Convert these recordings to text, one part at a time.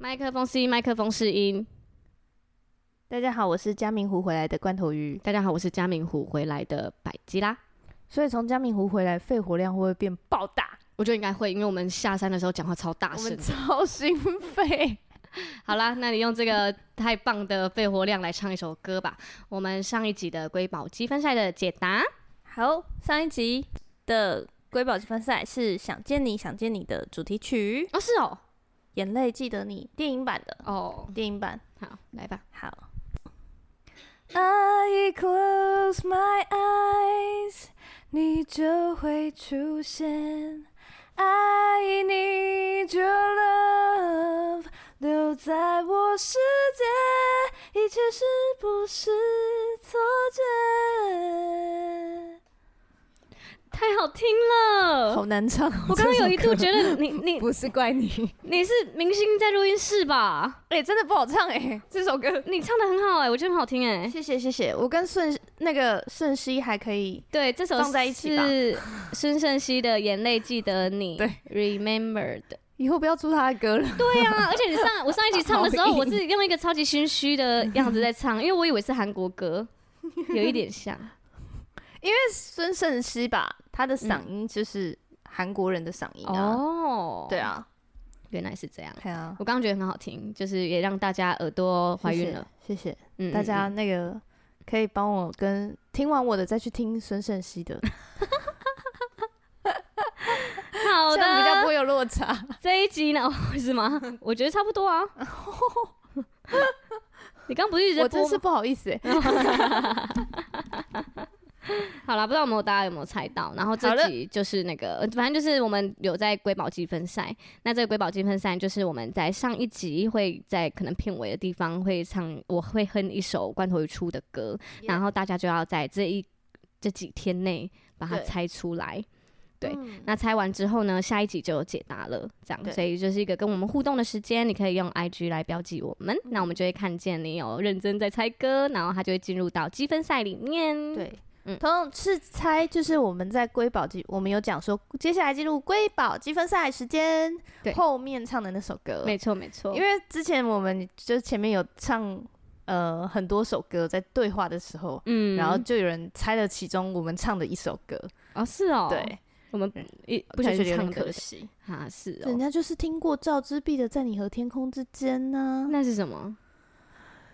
麦克风试音，麦克风试音。大家好，我是嘉明湖回来的罐头鱼。大家好，我是嘉明湖回来的百吉拉。所以从嘉明湖回来，肺活量会不会变爆大？我觉得应该会，因为我们下山的时候讲话超大我声们。超兴奋。 好啦，那你用这个太棒的肺活量来唱一首歌吧。我们上一集的瑰宝积分赛的解答，好，上一集的瑰宝积分赛是《想见你想见你》的主题曲，哦是哦， 《眼泪记得你》电影版的哦电影版。好，来吧。好。I close my eyes，你就会出现。I need your love，留在我世界，一切是不是错觉？太好听了，好难唱哦，我刚刚有一这度首歌觉得你你不是怪你，你是明星在录音室吧？ 哎、真的不好唱哎、这首歌。你唱的很好哎、我觉得很好听哎、谢谢谢谢，我跟顺那个顺熙还可以对，这首放在一起吧是孙盛熙的《眼泪记得你》对，Remember 的。以后不要出他的歌了。对啊，而且你上我上一集唱的时好候，硬我是用一个超级心虚的样子在唱，因为我以为是韩国歌，有一点 像。孙盛熙吧，他的嗓音就是韩国人的嗓音啊。嗯哦，对，啊，原来是这样。对啊，我刚刚觉得很好听，就是也让大家耳朵怀孕了。谢谢，谢嗯，谢大家。嗯那个可以帮我跟听完我的再去听孙盛熙的，嗯 好这的，样比较不会有落差。这一集呢？哦是吗？我觉得差不多 啊。你刚不是一 直在我真播是吗？不好意思欸， 好啦，不知道有没有大家有没有猜到？然后好这的集就是那个，呃反正就是我们有在瑰宝积分赛。那这个瑰宝积分赛就是我们在上一集会在可能片尾的地方会唱，我会哼一首罐头鱼出的歌 Yeah 然后大家就要在这一这几天内把它对猜出来。对嗯那猜完之后呢，下一集就有解答了，这样，对所以就是一个跟我们互动的时间，你可以用 IG 来标记我们，那我们就会看见你有认真在猜歌，然后它就会进入到积分赛里面。，对。嗯同样是猜，就是我们在瑰宝积，我们有讲说，接下来进入瑰宝积分赛时间对，后面唱的那首歌，没错没错，因为之前我们就前面有唱呃很多首歌，在对话的时候，嗯然后就有人猜了其中我们唱的一首歌，哦是哦，，对，我们一不小就觉得心有唱点可可惜惜。啊是人哦，家就是听过赵之璧的《在你和天空之间》呢，那是什么？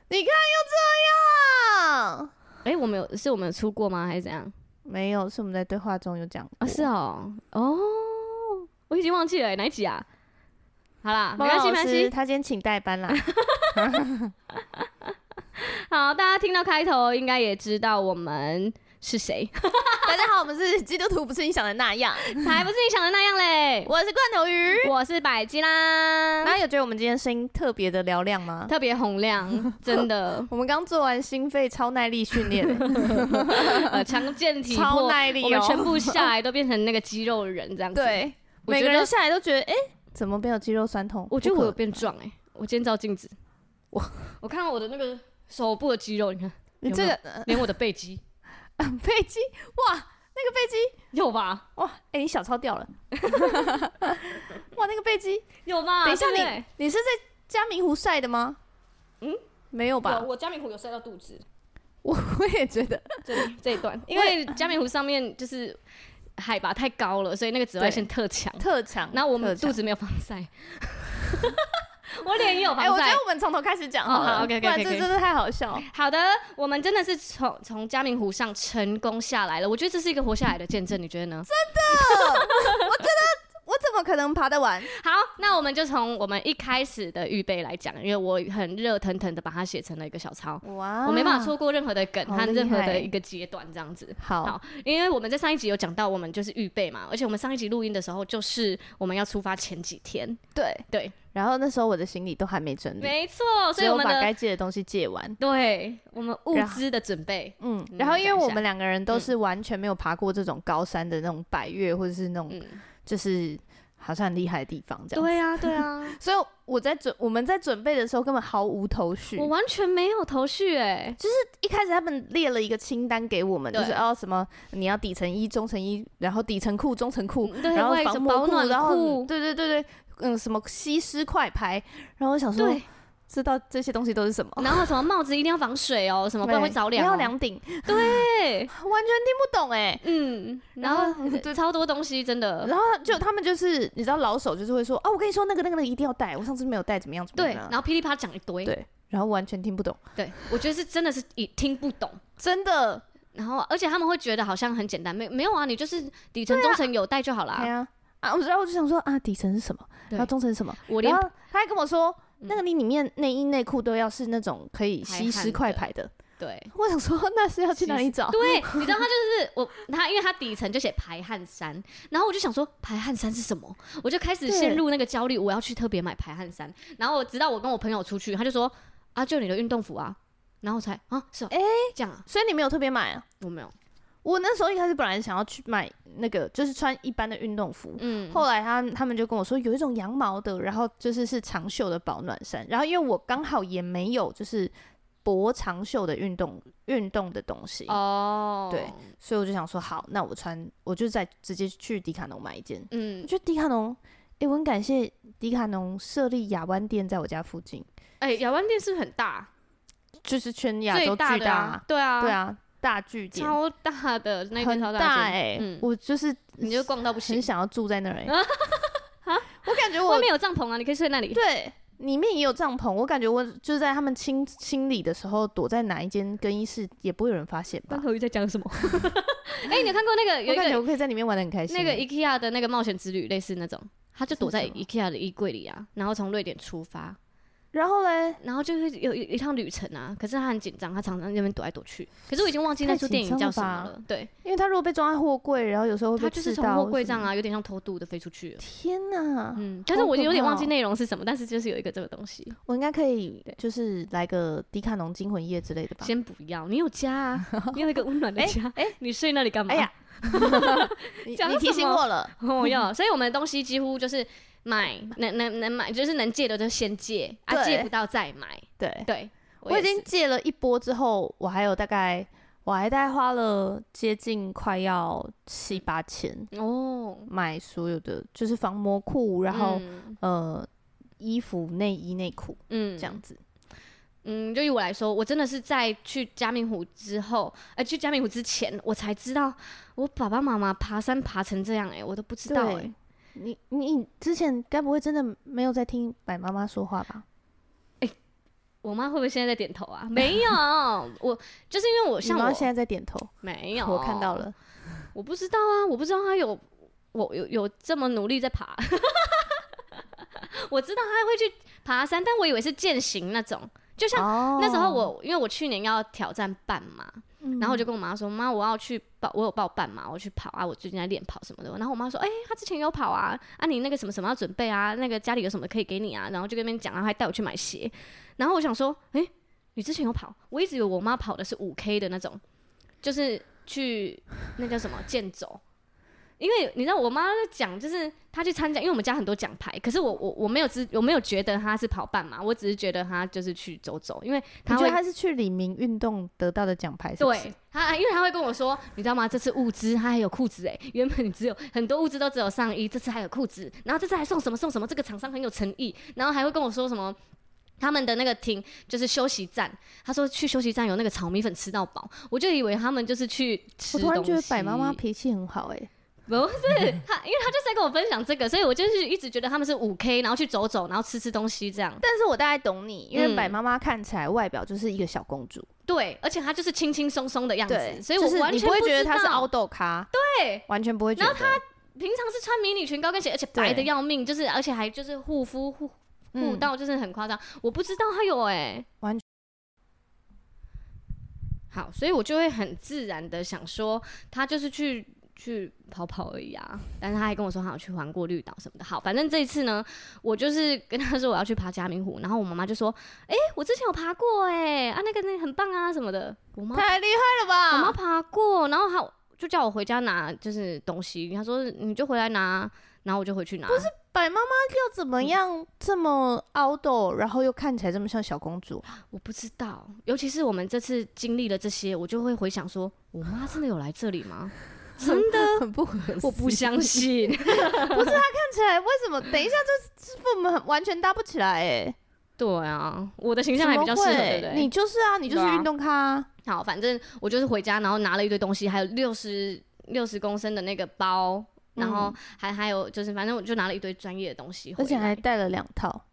你看又这样，哎、我们有是我们有出过吗？还是怎样？没有，是我们在对话中有讲哦过是哦，哦，我已经忘记了哪一集啊？好啦，没猫关系老没关师系，他今天请代班 啦，好，大家听到开头应该也知道我们是谁。大家好，我们是基督徒，不是你想的那样， 才不是你想的那样嘞！我是罐头鱼。我是百吉啦，大家有觉得我们今天声音特别的嘹亮吗？特别洪 亮，真的，我们刚做完心肺超耐力训练欸、呃，强健 体超魄，耐力、哦，我们全部下来都变成那个肌肉人这样子。，对，我每觉个得人下来都觉得，哎、怎么没有肌肉酸痛？我觉得不我可有变壮哎、我今天照镜子，我我看到我的那个手部的肌肉，你看，你有这没个有连我的背肌呃 背肌，哇，那个背肌，有吧，哇，哎、你小抄掉了， 哇，那个背肌，有吧？欸等一下对不对你你是在嘉明湖晒的吗？嗯，没有吧有？我嘉明湖有晒到肚子我 我也 觉得，这 里这一段，因为嘉明湖上面就是海拔太高了，所以那个紫外线特强。特长，然后我们特强肚子没有防晒， 我脸也有哎、防我觉晒得。我们从头开始讲哦好了、好，OK，OK，OK，不然这 OK 真的太 好笑。好的，我们真的是从从嘉明湖上成功下来了，我觉得这是一个活下来的见证，你觉得呢？我怎么可能爬得完？好，那我们就从我们一开始的预备来讲，因为我很热腾腾的把它写成了一个小抄，哇我没办法错过任何的梗啊好和厉任何的害一个阶段，这样子。好，好因为我们在上一集有讲到，我们就是预备嘛，而且我们上一集录音的时候，就是我们要出发前几天，对对。然后那时候我的行李都还没整理，没错，所只以我有们嗯把的该借的东西借完。对我们物然后资的准备，嗯嗯，然后因为讲一我下嗯们两个人都是完全没有爬过这种高山的那种百越，或者是那种嗯，就是好像很厉害的地方这样。，对啊，对啊，所以我在准我们在准备的时候根本毫无头绪我。完全没有头绪 哎、一开始他们列了一个清单给我们，对就是哦什么你要底层衣、中层衣，然后底层裤、中层裤，嗯对然后外防层磨保裤，暖然后裤对对对对，嗯什么西施快拍，然后我想说对，知道这些东西都是什么，然后什么帽子一定要防水哦，什么不对然会着不凉、要哦。两顶，完对，全听不懂哎、嗯，然然后后超多东西，真的。然后就他们就是你知道老手就是会说啊，我跟你说那个那个那个一定要带，我上次没有带怎么样怎么对，样啊，然后噼里啪啦讲一堆。对然后完全听不懂，对，我觉得是真的是一听不懂。真的，然后，而且他们会觉得好像很简单，没没有啊，你就是底层、中层有带就好哎啦。呀啊，我然后我就想说啊，底层是什么，对然后中层是什么，我连然后他还跟我说。嗯那个你里面内衣内裤都要是那种可以排吸汗湿快的排的，对我想说那是要去哪里找？对，你知道他就是我他，因为他底层就写排汗衫，然后我就想说排汗衫是什么，我就开始对陷入那个焦虑，我要去特别买排汗衫。然后我直到我跟我朋友出去，他就说啊，就你的运动服啊，然后我才啊是哦，哎、哎这样啊，所以你没有特别买啊？我没有，我那时候一开始本来想要去买那个，就是穿一般的运动服。嗯，后来他他们就跟我说有一种羊毛的，然后就是是长袖的保暖衫，然后因为我刚好也没有就是薄长袖的运动运动的东西，哦，对，所以我就想说好，那我穿我就再直接去迪卡侬买一件。我嗯，觉得迪卡侬，诶、我很感谢迪卡侬设立亚湾店在我家附近，哎、亚湾店是不是很大，就是全亚洲最大巨的、啊，对啊，对，啊，大巨店，超大的那个很超大哎、哎、嗯我就是你就逛到不行很，想要住在 那儿、欸。我感觉外我面有帐篷啊，你可以睡那 里，对里面也有帐篷，我感觉我就在他们清清理的时候，躲在哪一间更衣室也不会有人发现吧关。头鱼在讲什么？ 哎、你有看过那个有我一感个觉我可以在里面玩的很开心。那个 IKEA 的那个冒险之旅，类似那种，他就躲在是什么 IKEA 的衣柜里啊，然后从瑞典出发，然后嘞，然后就是有一一趟旅程啊。可是他很紧张，他常常在那边躲来躲去。可是我已经忘记那太出紧电影叫张什么了吧了。对，因为他如果被装在货柜，然后有时候会他被就是刺从到货柜上什么。啊，有点像偷渡的飞出去了。天哪，嗯，但是好我可有点怕忘记哦内容是什么，但是就是有一个这个东西。我应该可以对就是来个迪卡侬惊魂夜之类的吧。先不要，你有家 啊，你有一个温暖的哎家，哎你睡那里干嘛？哎呀，你讲你提什醒么我了，哦，要，所以 我们的东西几乎就是买能能能买，就是能借的就先借，啊，对借不到再买。对。对，我也已经是借了一波之后，我还有大概，我还大概花了接近快要七八千哦，买所有的，就是防磨裤，然后、嗯呃衣服、内衣、内裤嗯这样，子。嗯，就以我来说，我真的是在去嘉明湖之后，呃，去嘉明湖之前，我才知道我爸爸妈妈爬山爬成这样、欸，我都不知道、欸，对你你你之前该不会真的没有在听白妈妈说话吧？我妈会不会现在在点头 啊？没有，我就是因为我你像妈我现在在点头，没有，我看到，了。我不知道啊，我不知道她有我有有这么努力在爬， 我知道她会去爬山，但我以为是践行那种，就像哦那时候我因为我去年要挑战半马，然后嗯我就跟我妈说：“妈，我要去报，我有报半马，我去跑啊，我最近在练跑什么的。”然后我妈说：“哎、她之前有跑啊，啊，你那个什么什么要准备啊，那个家里有什么可以给你啊。”然后就跟那边讲，然后还带我去买鞋。然后我想说：“哎、你之前有跑？我一直以为我妈跑的是五 K 的那种，就是去那叫什么健走。”因为你知道，我妈在讲，就是她去参加，因为我们家很多奖牌，可是我我我没有知，我没有觉得她是跑半马，我只是觉得她就是去走走，因为你她觉会得她是去李明运动得到的奖牌是不是？对他，因为他会跟我说，你知道吗？这次物资他还有裤子哎，原本只有很多物资都只有上衣，这次还有裤子，然后这次还送什么送什么，这个厂商很有诚意，然后还会跟我说什么。他们的那个停就是休息站，他说去休息站有那个炒米粉吃到饱，我就以为他们就是去吃东西。我突然觉得白妈妈脾气很好哎、不是他，因为他就是在跟我分享这个，所以我就是一直觉得他们是五 K，然后去走走，然后吃吃东西这样。但是我大概懂你，因嗯为白妈妈看起来外表就是一个小公主，对，而且他就是轻轻松松的样子，所以我就是完你全不会觉得知她是道凹豆咖，对，完全不会觉得。然她平常是穿迷你裙、高跟鞋，而且白的对要命，就是而且还就是护肤护嗯护到就是很夸张，我不知道他有哎、完全好，所以我就会很自然的想说，他就是去去跑跑而已啊。但是他还跟我说，他有去环过绿岛什么的。好，反正这一次呢，我就是跟他说我要去爬嘉明湖，然后我妈妈就说，哎、我之前有爬过哎、啊那个那个很棒啊什么的。我妈太厉害了我吧妈？爬过，然后她就叫我回家拿就是东西，她说你就回来拿，然后我就回去拿。不是，白妈妈要怎么样这么凹豆，然后又看起来这么像小公主？我不知道，尤其是我们这次经历了这些，我就会回想说，我妈真的有来这里吗？ 真的很不合我不思相信， 看起来为什什 么？等一下就是父母很完全搭不起来哎、对啊，我的形怎象还比么较适合，对会？不对？你就是啊，你就是对啊运动咖、啊。好，反正我就是回家，然后拿了一堆东西，还有六十六十公升的那个包，然后还、还有就是，反正我就拿了一堆专业的东西回嗯而且还来。带了两套，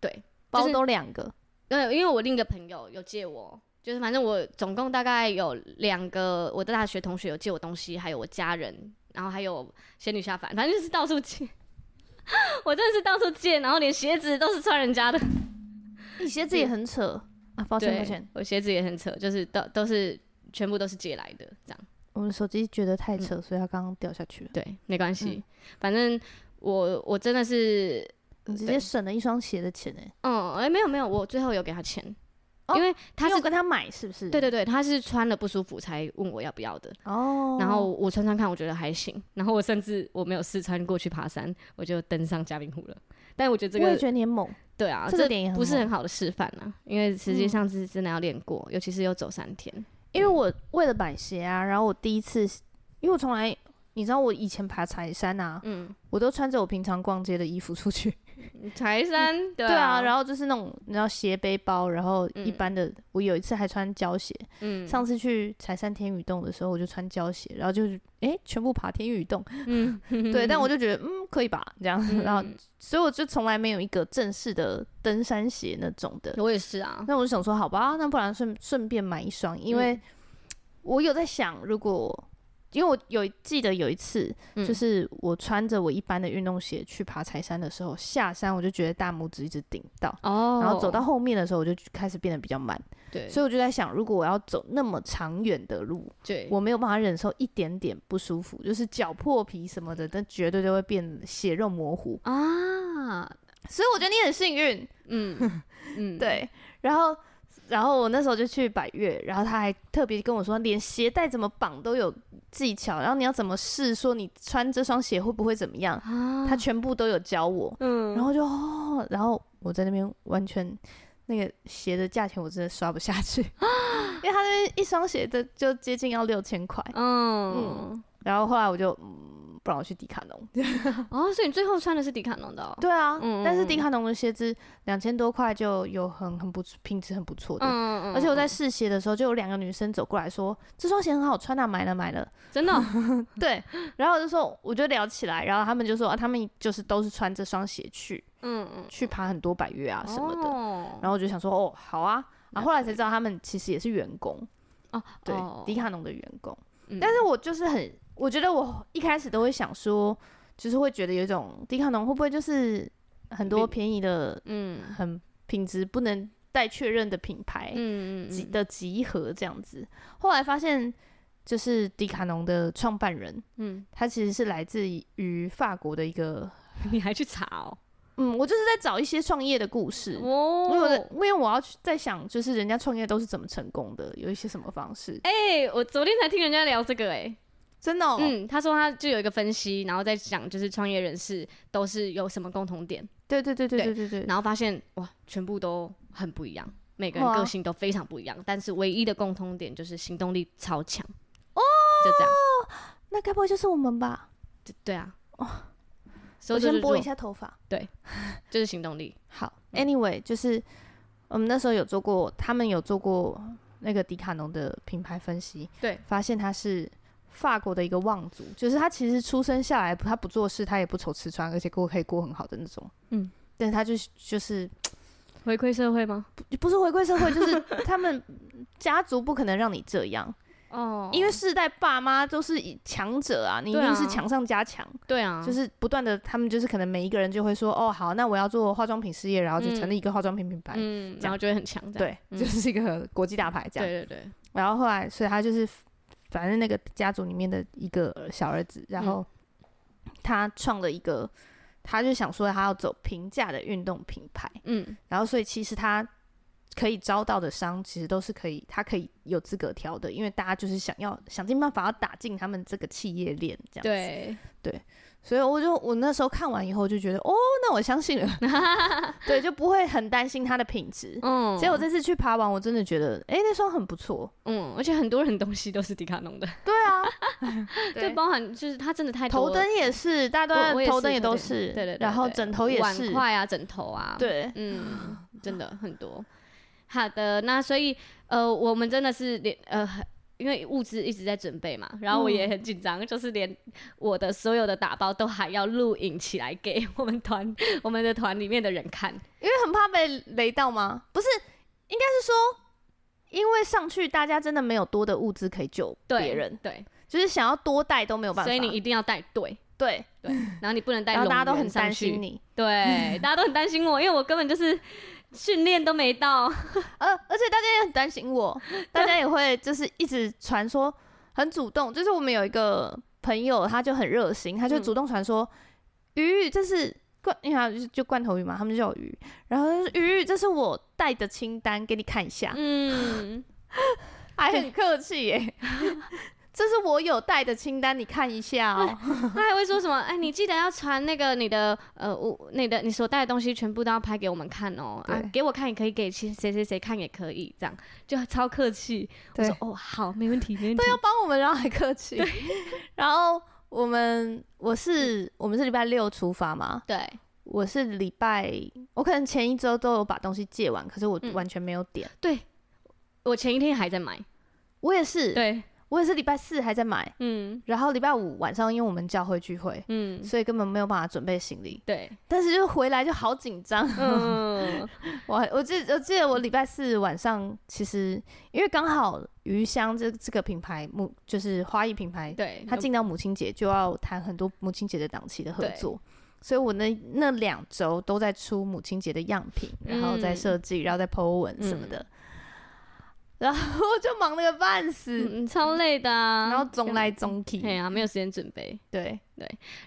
对，包就是都两个，呃，因为我另一个朋友有借我，就是反正我总共大概有两个我的大学同学有借我东西，还有我家人，然后还有仙女下凡，反正就是到处借。 我真的是到处借，然后连鞋子都是穿人家的。你鞋子也很扯啊！抱歉对抱歉，，我鞋子也很扯，就是都都是全部都是借来的这样。我们手机觉得太扯，所以它刚刚掉下去了。对，没关嗯系，反正我我真的是，你直对接省了一双鞋的钱哎、嗯，哎、没有没有，我最后有给他钱，哦因为他他是有跟他买是不是？对对对，他是穿了不舒服才问我要不要的，哦，然后我穿穿看，我觉得还行，然后我甚至我没有试穿过去爬山，我就登上嘉明湖了，但我觉得这我也个觉得你很猛，对啊，这个点也很不是好嗯很好的示范啊，因为实际上是真的要练过，尤其是又走三天，因为我为了买鞋啊，然后我第一次，因为我从来，你知道我以前爬柴山啊，嗯，我都穿着我平常逛街的衣服出去。柴山对嗯 对啊，后然后就是那种你知道斜背包，然后一嗯般的，我有一次还穿胶鞋。嗯上次去柴山天雨洞的时候，我就穿胶鞋，然后就是诶，全部爬天雨洞。嗯对，但我就觉得嗯可以吧，这样，然后所以我就从来没有一个正式的登山鞋那种的。我也是啊，那我就想说，好吧，那不然顺顺便买一双，因为我有在想，如果因为我有记得有一次，嗯就是我穿着我一般的运动鞋去爬柴山的时候，下山我就觉得大拇指一直顶到，哦，然后走到后面的时候，我就开始变得比较慢，对所以我就在想，如果我要走那么长远的路，对，我没有办法忍受一点点不舒服，就是脚破皮什么的，那绝对都会变血肉模糊。啊，所以我觉得你很幸运，嗯嗯，对，然后然后我那时候就去百越，然后他还特别跟我说，连鞋带怎么绑都有技巧，然后你要怎么试，说你穿这双鞋会不会怎么样，啊，他全部都有教我。嗯，然后就哦，然后我在那边完全那个鞋的价钱我真的刷不下 去，因为他那边一双鞋的就接近要六千块，嗯然后后来我就嗯，不然我去迪卡侬。哦，所以你最后穿的是迪卡侬的哦，对啊，但是嗯迪嗯卡侬的鞋子两千多块就有很很不品质很不错的，嗯，嗯而且我在嗯试鞋的时候，就有两个女生走过来说：“这双鞋很好穿啊，买了 买了。真 的哦”对，然后我就说，我就聊起来，然后他们就说，啊，他们就是都是穿这双鞋去嗯嗯哦去爬很多百越啊什么的。的然后我就想说，哦，好啊。然后后来才知道，他们其实也是员工，哦对，迪卡，卡侬的员工。嗯但是我就是很，我觉得我一开始都会想说，就是会觉得有一种迪卡侬会不会就是很多比便宜的、嗯很品质不能待确认的品牌，嗯集嗯的集合这样子。后来发现，就是迪卡侬的创办人，嗯，他其实是来自于法国的一个，嗯你还去查哦，嗯，我就是在找一些创业的故事。因为我的哦，因为我要去在想，就是人家创业都是怎么成功的，有一些什么方式，哎，我昨天才听人家聊这个，哎，真的、哦，嗯，他说他就有一个分析，然后再讲就是创业人士都是有什么共同点，对对对对对对对对，然后发现哇，全部都很不一样。每个人哇个性都非常不一样，但是唯一的共通点就是行动力超强。哦，就这样。那该不会就是我们吧？哦对对啊，所我以就先是拨一做，下头发。就是行动力。好，anyway，就是我们那时候有做过，他们有做过那个迪卡侬的品牌分析，对，发现他是法国的一个望族，就是他其实出生下来，他不做事，他也不愁吃穿，而且过可以过很好的那种，嗯，但是他就是就是回馈社会吗？不不是回馈社会，就是 他们家族不可能让你这样，哦，因为世代爸妈都是以强者啊，你一对定啊是强上加强，对啊，就是不断的，他们就是可能每一个人就会说，哦，好，那我要做化妆品事业，然后就成立一个化妆品品牌。嗯，这样然后就会很强，这样对，就是一个国际大牌这样。对对对，然后后来，所以他就是反正那个家族里面的一个小儿子，然嗯后他创了一个，他就想说他要走平价的运动品牌，嗯然后所以其实他可以招到的商，其实都是可以，他可以有资格挑的，因为大家就是想要想尽办法要打进他们这个企业链这样子。对，所以我就我那时候看完以后就觉得，哦，那我相信 了，对，就不会很担心它的品质。嗯，结果这次去爬完，我真的觉得，哎、那双很不错。嗯，而且很多人东西都是迪卡侬的， 对啊，就包含就是它真的太多头了灯也是，大我家我都也是头灯也头都灯是，对对对然后对枕头也碗是，筷啊、枕头啊，，对，嗯，真的很多。好的，那所以呃，我们真的是连呃，因为物资一直在准备嘛，然后我也很紧张，就是连我的所有的打包都还要录影起来给我们团我们的团里面的人看。因为很怕被雷到吗？不是，应该是说，因为上去大家真的没有多的物资可以救对别人，对，就是想要多带都没有办法，所以你一定要带队，对，然后你不能带然后大家都拢很人上担去心你，对，大家都很担心我，因为我根本就是训练都没到。呃，而且大家也很担心我，大家也会就是一直传说很主动，就是我们有一个朋友，他就很热心，他就嗯主动传说，鱼鱼这是罐，因为他就是就罐头鱼嘛，他们就叫我鱼，然后他就说鱼鱼这是我带的清单，给你看一下， 嗯，还很客气 耶，这是我有带的清单，你看一下哦，他还会说什么？哎，你记得要传那个你的呃，我你的你所带的东西全部都要拍给我们看哦。啊对，给我看也可以，给其谁谁谁看也可以，这样就超客气。我对说哦，好，没问题，没问题对，。要帮我们，然后还客气，然后我们我是我们是礼拜六出发嘛，对我是礼拜，我可能前一周都有把东西借完，可是我嗯完全没有点。对，我前一天还在买。我也是，对，我也是礼拜四还在买，嗯然后礼拜五晚上因为我们教会聚会，嗯，所以根本没有办法准备行李。 对，但是就回来就好紧张。嗯，我还我记我记得我礼拜四晚上，其实因为刚好鱼香这这个品牌母就是花艺品牌， 对，它进到母亲节就要谈很多母亲节的档期的合对作，所以我那那两周都在出母亲节的样品，然后再嗯设计，然后再 po 文什么的，然后就忙了个半死，嗯超累的啊。然后总来总去，对啊，没有时间准备。对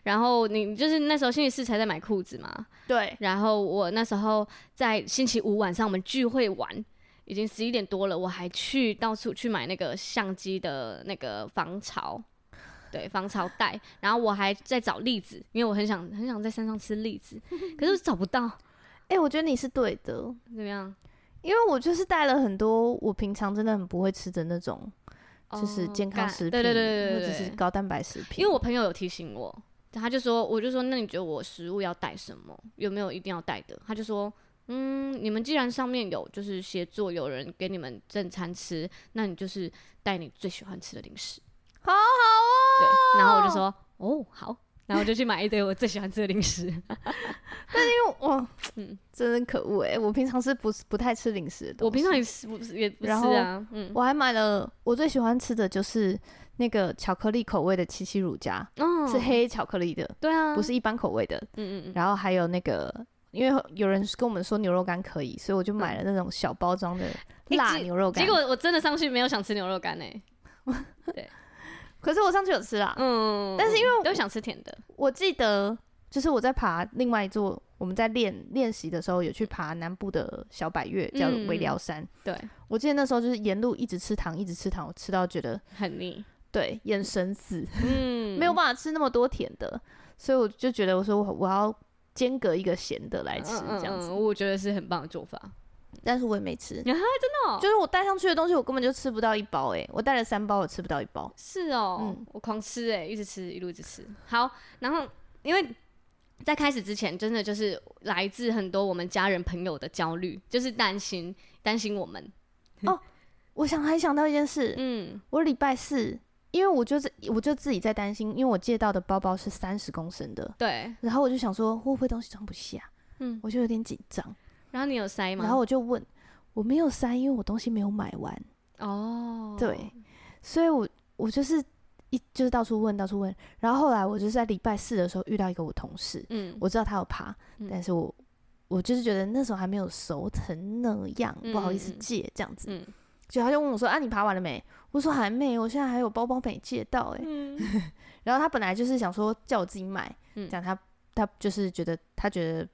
然后你就是那时候星期四才在买裤子嘛，对，然后我那时候在星期五晚上我们聚会完，已经十一点多了，我还去到处去买那个相机的那个防潮，对防潮袋，然后我还在找栗子，因为我很想很想在山上吃栗子，可是我找不到，哎、我觉得你是对的，怎么样？因为我就是带了很多我平常真的很不会吃的那种，就是哦健康干食品，对对对对或对者对是高蛋白食品，因为我朋友有提醒我，他就说，我就说，那你觉得我食物要带什么？有没有一定要带的？他就说，嗯，你们既然上面有就是协作，有人给你们正餐吃，那你就是带你最喜欢吃的零食。好好哦，对，然后我就说，哦，好，然后我就去买一堆我最喜欢吃的零食。因为我嗯真的可恶哎、我平常是不不太吃零食的东西，我平常也是不也不是然后啊，嗯，我还买了我最喜欢吃的就是那个巧克力口味的七七乳加，哦是，黑巧克力的，对啊，不，是一般口味的。嗯嗯嗯，然后还有那个，因为有人跟我们说牛肉干可以，所以我就买了那种小包装的诶辣结牛肉干。结果我真的上去没有想吃牛肉干欸诶、可是我上去有吃啦，嗯，但是因为都想吃甜的，我记得就是我在爬另外一座，我们在练练习的时候有去爬南部的小百岳，叫嗯嗯微寮山。对，我记得那时候就是沿路一直吃糖，一直吃糖，我吃到觉得很腻，对眼神死。嗯， 没有办法吃那么多甜的，所以我就觉得我说我我要间隔一个咸的来吃嗯这样嗯子，嗯我觉得是很棒的做法。但是我也没吃， 啊，真的哦、就是我带上去的东西我根本就吃不到一包哎、我带了三包我吃不到一包，是哦、嗯我狂吃哎、一直吃，一路一直吃。好，然后因为在开始之前，真的就是来自很多我们家人朋友的焦虑，就是担心担心我们，我想还想到一件事，嗯，我礼拜四。因为我就是我就自己在担心，因为我借到的包包是三十公升的，对，然后我就想说会不会东西装不下，嗯。我就有点紧张，然后你有塞吗？然后我就问我没有塞，因为我东西没有买完，哦，对，所以我我就是一就是到处问到处问，然后后来我就是在礼拜四的时候遇到一个我同事，嗯，我知道他有爬，嗯但是我我就是觉得那时候还没有熟成那样，不好意思嗯嗯嗯借这样子，嗯就他就问我说啊你爬完了没？我说还没，我现在还有包包没借到哎、嗯，然后他本来就是想说叫我自己买，嗯讲他他就是觉得他觉得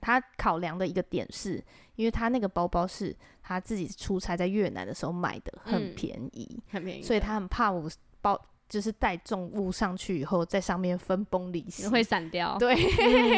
他考量的一个点是，因为他那个包包是他自己出差在越南的时候买的，很嗯便宜，很便宜的，所以他很怕我包就是带重物上去以后，在上面分崩离析。会哦散掉，嗯对，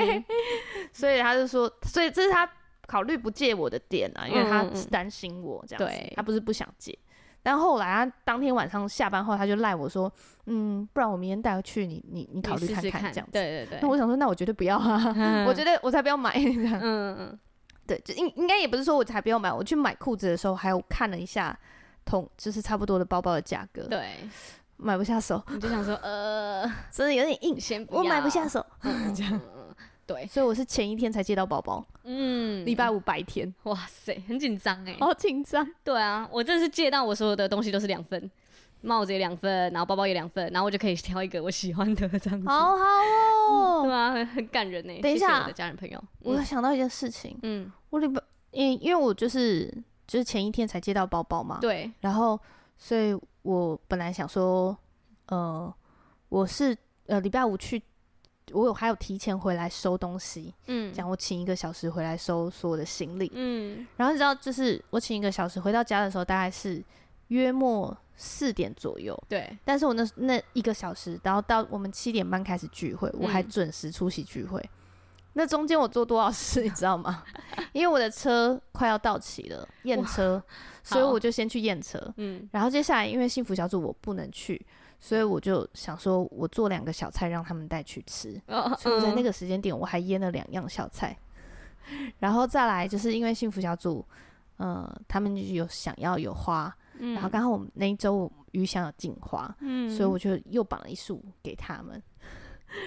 所以他就说，所以这是他考虑不借我的点啊，因为他嗯嗯嗯担心我这样子，对他不是不想借，但后来他当天晚上下班后，他就赖我说，嗯，不然我明天带去你你你考虑你试看试看这样子。对嗯对那对，我想说，那我绝对不 要啊！ 我觉得我才不要买这样。嗯嗯对，就应应该也不是说我才不要买，我去买裤子的时候还有看了一下同就是差不多的包包的价格嗯，，对，买不下手，你就想说呃，真的有点硬，先我买不下手， 这样，嗯嗯对，所以我是前一天才接到包包，嗯，礼拜五白天，哇塞，很紧张哎，好紧张。对啊，我真的是借到我所有的东西都是两分，帽子也两分，然后包包也两分，然后我就可以挑一个我喜欢的这样子。好好哦对。啊，很很感人呢。等一下谢谢我的家人朋友，我嗯想到一件事情，嗯，我礼拜，因因为我就是就是前一天才接到包包嘛，嗯对，然后所以我本来想说，呃，我是呃礼拜五去，我有还有提前回来收东西，嗯，讲我请一个小时回来收所有的行李，嗯，然后你知道就是我请一个小时回到家的时候大概是约莫四点左右，对，但是我那那一个小时，然后到我们七点半开始聚会，我还嗯准时出席聚会。那中间我做多少事，你知 道吗？因为我的车快要到期了，验车，所以好我就先去验车。嗯然后接下来，因为幸福小组我不能去，所以我就想说，我做两个小菜让他们带去吃。哦，所以我在那个个时间点，我还腌了两样小菜。然后再来，就是因为幸福小组，呃，他们就是有想要有花，然后刚好我们那一周鱼想有进花，嗯所以我就又绑了一束给他们。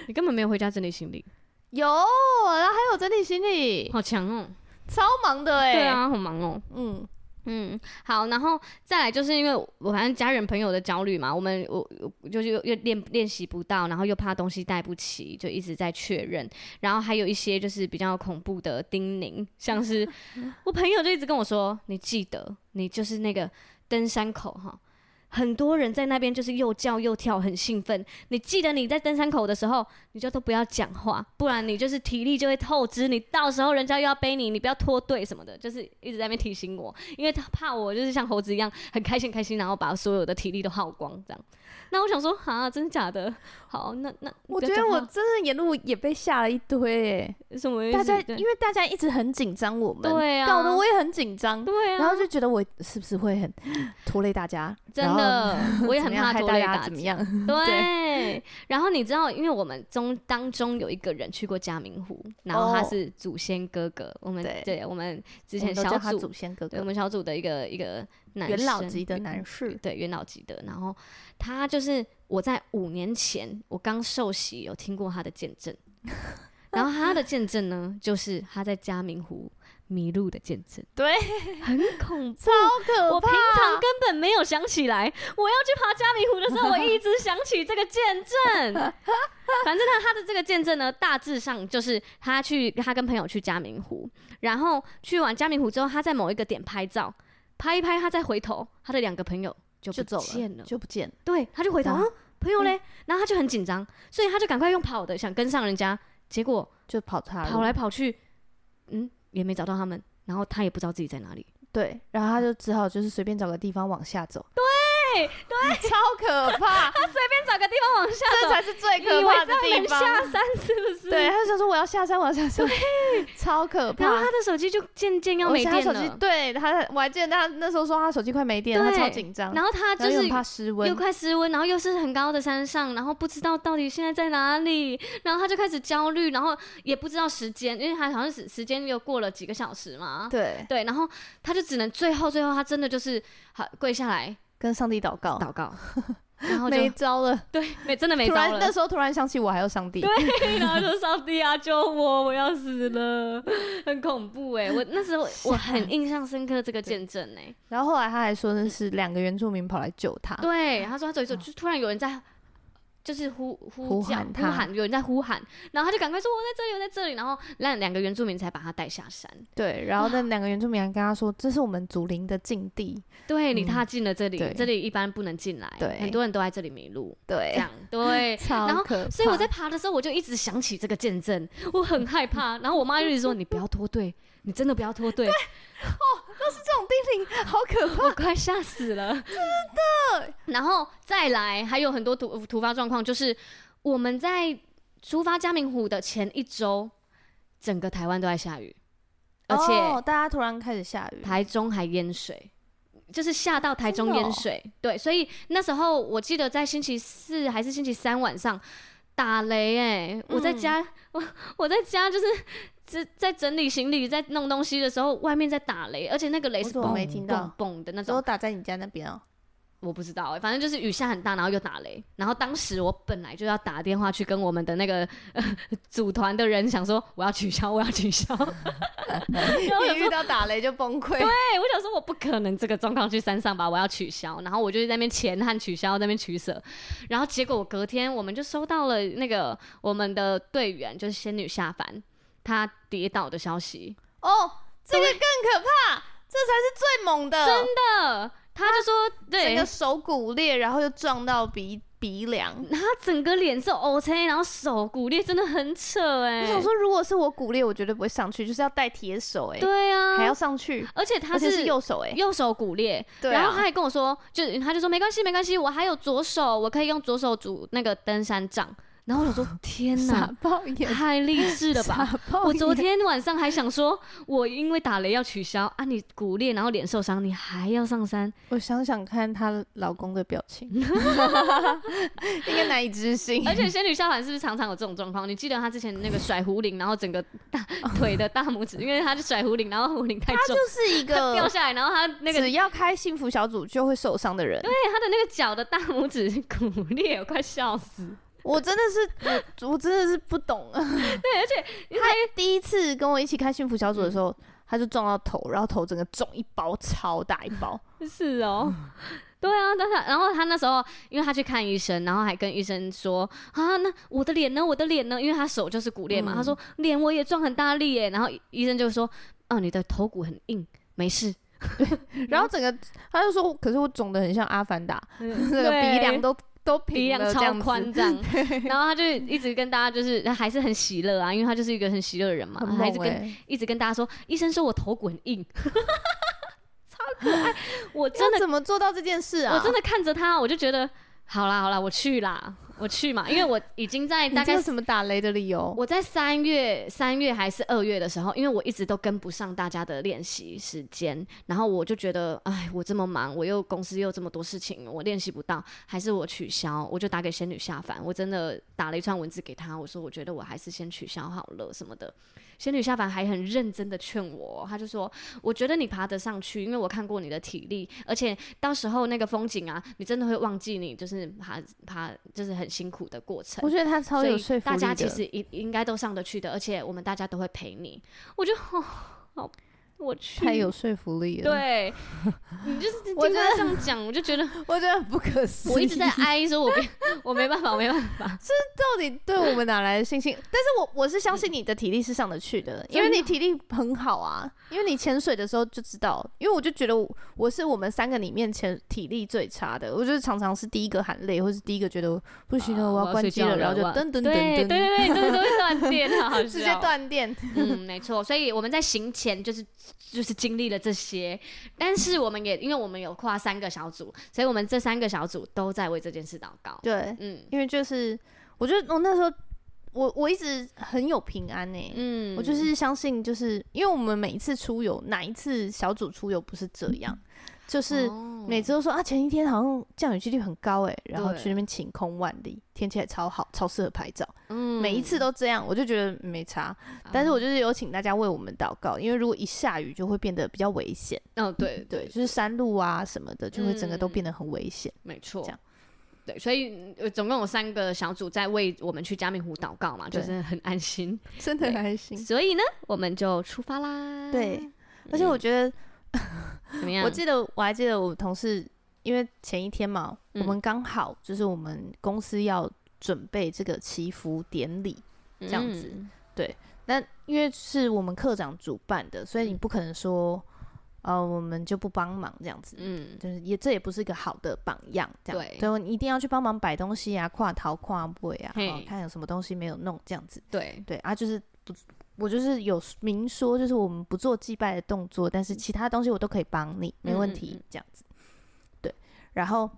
你根本没有回家整理行李，有，然后还有整理行李，好强哦。超忙的哎、对，啊，好忙哦。嗯，嗯，好，然后再来就是因为我反正家人朋友的焦虑嘛，我们我我就是又又练练习不到，然后又怕东西带不齐，就一直在确认。然后还有一些就是比较恐怖的叮咛，像 是我朋友就一直跟我说：“你记得，你就是那个登山口哈，很多人在那边就是又叫又跳，很兴奋。你记得你在登山口的时候，你就都不要讲话，不然你就是体力就会透支，你到时候人家又要背你，你不要脱队什么的，就是一直在那边提醒我，因为他怕我就是像猴子一样很开心很开心，然后把所有的体力都耗光这样。那我想说，哈，真的假的？好，那那不我觉要得讲我话真的沿路也被吓了一堆哎、什么意思？大家对因为大家一直很紧张我们，对啊搞得我也很紧张。对啊，然后就觉得我是不是会很 拖累大家？真的， 我我也很怕拖累大大家怎么家。样？对，然后你知道，因为我们中当中有一个人去过嘉明湖，然后他哦是祖先哥哥，我们对对我们之之前小他组祖先哥对我哥，们小组的一个一个男元老生级的元男嗯士， 对元老级的，然后他就是我在五年前我刚受洗有听过他的见 证，然后他的见证呢，就是他在嘉明湖迷路的见证，对，很恐怖，好可我平常根本没有想起来，我要去爬嘉明湖的时候，我一直想起这个见 证。反正呢，他的这个见证呢，大致上就是他去，他跟朋友去嘉明湖，然后去完嘉明湖之后，他在某一个点拍照，拍一拍，他再回头，他的两个朋友就就不走见了。就不见了。对，他就回头，然啊后，朋友嘞，然后他就很紧张，所以他就赶快用跑的想跟上人家，结果就跑他跑来跑去，嗯，也没找到他们，然后他也不知道自己在哪里。对，然后他就只好就是随便找个地方往下走。对对， 超可 怕，找个地方往下这走，才是最以可为怕这的样地能 方。下山是不是？对，。他就想说我要下山，我要下山，超可然后怕他。的手机就渐渐要我没记得他电手机了，对他，我还记得他那时候说他手机快没电了，他对超紧张，然后他然就后又是很怕失又温，快失温，然后又是很高的山上，然后不知道到底现在在哪里，然后他就开始焦虑，然后也不知道时间，因为他好像时时间又过了几个小时嘛。对，对，然后他就只能最后最后他真的就是好跪下来跟上帝祷告，祷 告，然后就没招了。 对没真的没突招然了那，时候突然想起我还有上帝，然后 说上帝啊，救我，我要死了，很恐怖哎、我那时候我很印象深刻这个见证哎、然后后来他还说那是两个原住民跑来救他，对，他说他走一走，就突然有人在，就是呼呼嗯呼叫喊呼他喊，有人在呼喊，然后他就赶快说我在这里，我在这里，然后让两个原住民才把他带下山。对，然后那两个原住民还跟他说这是我们祖灵的禁地，对你嗯踏进了这里，对这里一般不能进来，对很多人都在这里迷路，这 对，。样对超然后可怕。所以我在爬的时候，我就一直想起这个见证，我很害怕。然后我妈就一直说：“你不要脱队，你真的不要脱队。”这种叮咛好可 怕，我快吓死了，真的。然后再来，还有很多突突发状况，就是我们在出发嘉明湖的前一周，整个台湾都在下雨，而哦且大家突然开始下雨，台中还淹水。就是下到台中真的哦淹水，对，所以那时候我记得在星期四还是星期三晚上打雷、哎，嗯我在家， 我我在家就是在在整理行李，在弄东西的时候，外面在打雷，而且那个雷我是怎么嘣没听到嘣嘣的那种都，打在你家那 边哦。我不知道哎、反正就是雨下很大，然后又打雷，然后当时我本来就要打电话去跟我们的那个、 呃组团的人想说我要取消，我要取 消，哎然后有一时候遇到打雷就崩溃。对，啊我想说我不可能这个状况去山上吧，我要取消。然后我就在那边前和取消在那边取舍，然后结果我隔天我们就收到了那个我们的队员就是仙女下凡她跌倒的消息，哦，这个更可怕，这才是最猛的，真的，她就说整对个，手骨裂，然后又撞到鼻鼻梁。她整个脸是 O C，然后手骨裂真的很扯哎、我想说，如果是我骨裂，我绝对不会上去，就是要带铁手哎、对啊，还要上去，而且她而且是是右手哎、右手骨裂，对然后啊他还跟我说，就是他就说没关系没关系，我还有左手，我可以用左手拄那个登山杖。然后我想说， 天哪傻，爆眼，太励志了吧！傻 爆眼！我昨天晚上还想说，我因为打雷要取消啊，你骨裂然后脸受伤，你还要上山，我想想看她老公的表 情，应该难以置信。而且仙女下凡是不是常常有这种状况？你记得她之前那个甩壶铃，然后整个大腿的大拇指，因为她就甩壶铃，然后壶铃太重，就是一她掉个下来，然后她那个只要开幸福小组就会受伤的人。对她的那个脚的大拇指骨裂，我快笑死。我真的是，我我真的是不懂啊。对，而且嗯他第一次跟我一起看幸福小组的时候，他就撞到头，然后头整个肿一包，超大一包。是哦，嗯对啊，但他然后他那时候，因为他去看医生，然后还跟医生说啊，那我的脸呢？我的脸呢？因为他手就是骨裂嘛，嗯他说脸我也撞很大力耶，然后医医生就说，啊，你的头骨很硬，没事，嗯然后整个他就说，可是我肿的很像阿凡达， 那那个鼻梁都都鼻平梁了这超样宽子， 这样，然后他就一直跟大家就是还是很喜乐啊，因为他就是一个很喜乐的人嘛，很他一猛直跟哎。一直跟大家说，医生说我头骨很硬， 超可爱，我真真的的怎么做到这件事啊？我真的看着他，我就觉得好啦好啦，我去啦，我去嘛，因为我已经在你大这概有什么打雷的理由？我在三月三月还是二月的时候，因为我一直都跟不上大家的练习时间，然后我就觉得，哎，我这么忙，我又公司又这么多事情，我练习不到，还是我取消，我就打给仙女下凡，我真的打了一串文字给她，我说我觉得我还是先取消好了什么的。仙女下凡还很认真的劝我，她就说，我觉得你爬得上去，因为我看过你的体力，而且到时候那个风景啊，你真的会忘记你就是爬爬就是很辛苦的过程。我觉得他超有所说以服力大家的。其实应应该都上得去的，而且我们大家都会陪你。我就哦，好，我去，太有说服力了。 对，你就是听我他觉得这样讲，我就 觉得对，我觉得很不可思议。我一直在哀说，我没 我没办法，我没办法，到底对我们哪来的信心？但是我我是相信你的体力是上得去的，因为你体力很好啊，因为你潜水的时候就知道，因为我就觉得我我是我们三个里面潜体力最差的，我就是常常是第一个喊累，或是第一个觉得不行了，啊我要关睡机觉了，然后就我要噔噔对对噔对噔，对，真的是会断电啊，好笑直接。断电。嗯，没错，所以我们在行前就是就是经历了这些，但是我们也因为我们有跨三个小组，所以我们这三个小组都在为这件事祷告。对，嗯因为就是我觉得我哦那时候我我一直很有平安呢、欸嗯，我就是相信，就是因为我们每一次出游，哪一次小组出游不是这样，就是嗯哦每次都说啊，前一天好像降雨几率很高哎，然后对去那边晴空万里，天气还超好，超适合拍照。嗯啊每一次都这样，我就觉得没差。但是我就是有请大家为我们祷告，因为如果一下雨就会变得比较危险，哦，对对，就是山路啊什么的，就会整个都嗯变得很危险。没错，这样对，所以呃总共有三个小组在为我们去嘉明湖祷告嘛，就对是很安心。真的很安心。所以呢，我们就出发啦。对，而且我觉得怎么样？我记得我还记得我同事，因为前一天嘛，嗯我们刚好就是我们公司要准备这个祈福典礼，这这样子嗯那因为是我们课长主办的，所以嗯你不可能说，呃，我们就不帮忙这样子，嗯，就是也这也不是一个好的榜样，这样对对，你一定要去帮忙摆东西啊，跨桃跨尾啊，嘿哦看有什么东西没有弄这样子，对，对啊，就是不。我就是有明说，就是我们不做祭拜的动作，但是其他东西我都可以帮你，没问嗯嗯嗯题嗯，这样子。对，然后，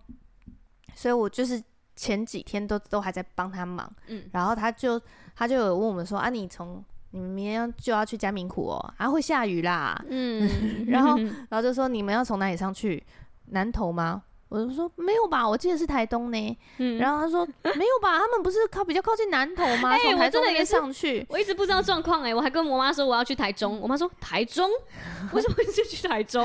所以我就是前几天都都还在帮他忙，嗯然后他就他就有问我们说啊，你从你们明天要就要去嘉明湖哦，啊会下雨啦，嗯， 然后然后就说你们要从哪里上去？南投吗？”我就说：“没有吧，我记得是台东呢。”嗯，然后他说：“没有吧，他们不是靠比较靠近南投 吗？哎从、台我真中的那边也是上去。”我一直不知道状况哎，我还跟我妈说我要去台中，我妈说台中， 为什么会是去台中？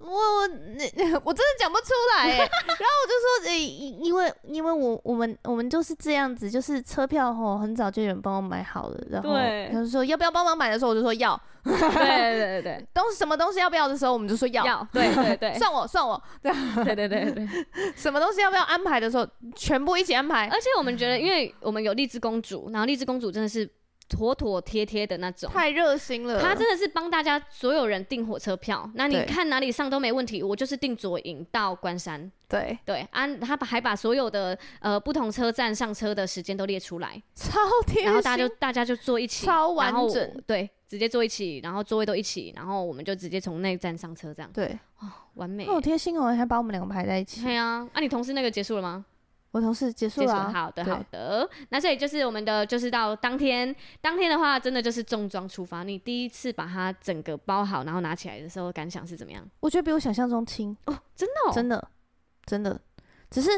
我我那 我真的讲不出来欸然后我就说，呃、因因为因为我我们我们就是这样子，就是车票吼很早就有人帮我买好了，然后对他就说要不要帮忙买的时候，我就说要， 对对对对，东什么东西要不要的时候，我们就说要，要对对对 算我算我，对对对对。什么东西要不要安排的时候，全部一起安排，而且我们觉得，因为我们有荔枝公主，然后荔枝公主真的是妥妥帖帖的那种。太热心了，她真的是帮大家所有人订火车票，那你呃对看哪里上都没问题。我就是订左营到关山，对对啊，她把还把所有的呃不同车站上车的时间都列出来，超贴心，然后大家就大家就坐一起，超完然后整，对，直接坐一起，然后座位都一起，然后我们就直接从那一站上车，这样对，完美。好贴心哦，还把我们两个排在一起，对啊，啊，你同事那个结束了吗？我同事结束结束了了啊、好的，对好的。那所以就是我们的，就是到当天，当天的话，真的就是重装出发。你第一次把它整个包好，然后拿起来的时候，感想是怎么样？我觉得比我想象中轻。真的、哦，真的，真的，只是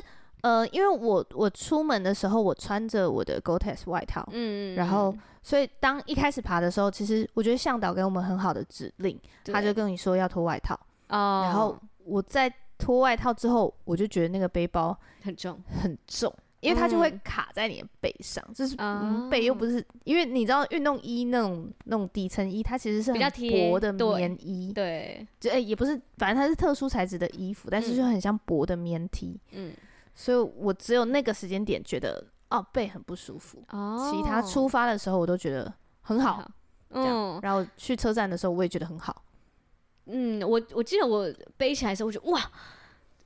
呃，因为我我出门的时候，我穿着我的 Gore-Tex 外套，嗯，嗯然后所以当一开始爬的时候，其实我觉得向导给我们很好的指令，他就跟你说要脱外套，哦，然后我在脱外套之后，我就觉得那个背包很重，很重。因为它就会嗯哦卡在你的背上，就是、嗯、背又不是，因为你知道运动衣那种那种底层衣，它其实是比较很贴薄的对棉衣，对，就哎、也不是，反正它是特殊材质的衣服，但是就很像薄的棉 T。嗯，所以我只有那个时间点觉得哦背很不舒服，哦，其他出发的时候我都觉得很好，，这样嗯然后去车站的时候我也觉得很好，嗯，我我记得我背起来的时候，我觉得哇。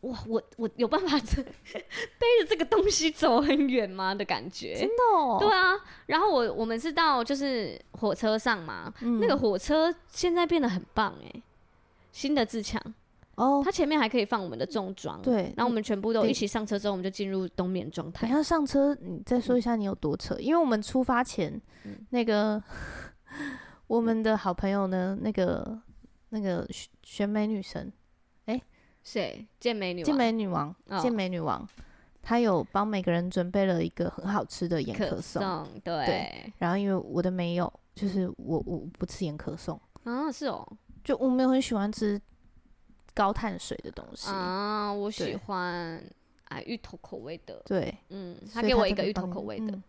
哇，我我有办法 这背着这个东西走很远吗的感觉？的、哦对啊，然后我我们是到就是火车上嘛，嗯那个火车现在变得很棒哎、新的自强，哦，它前面还可以放我们的重装，，对，然后我们全部都对一起上车之后，我们就进入冬眠状等态一，下上车你再嗯说一下你有多扯，因为我们出发前、那个 我们的好朋友呢，那个那个选选美女神谁健美女健王美女王哦健美女王，她有帮每个人准备了一个很好吃的盐可可颂，颂，对对，然后因为我的没有，就是我我不吃盐可颂。啊是哦，就我没有很喜欢吃高碳水的东西。啊我喜对欢啊芋头口味的，对，嗯，他所以给我一就个会芋头帮你口味的，嗯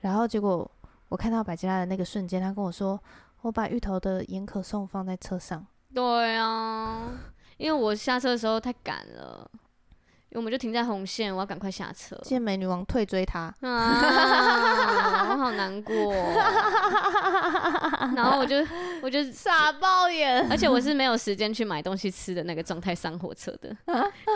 然后结果我看到百吉拉的那个瞬间，他跟我说：“我把芋头的盐可颂放在车上。对啊，因为我下车的时候太赶了，因为我们就停在红线，我要赶快下车，”见美女王退追他，啊，我好难过。哦然后我就我就，傻爆眼。而且我是没有时间去买东西吃的那个状态上火车的，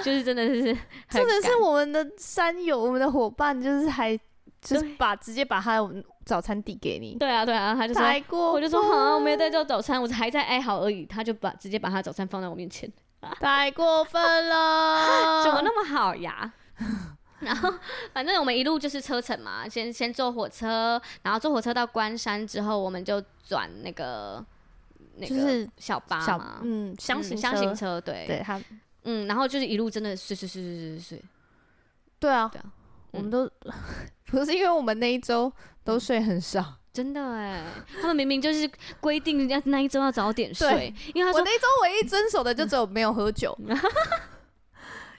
就是真的是很重点是赶我们啊的山友，我们的伙伴，就是还就是把直接把他的早餐递给你，对啊对啊，他就说。太过我就说分好、啊，我没有带到早餐，我还在哀嚎而已。他就把直接把他早餐放在我面前，太过分了， 怎么那么好呀？ 然后反正我们一路就是车程嘛，先先坐火车，然后坐火车到关山之后，我们就转那个那就个是 小巴小嘛，嗯箱嗯型箱型车，车对对他嗯，然后就是一路真的睡睡睡睡睡睡，对啊，对啊我们都 不是因为我们那一周都睡很少，真的哎，他们明明就是规定人家那一周要早点睡对，因为他说我那一周唯一遵守的就只有没有 喝酒，但是因为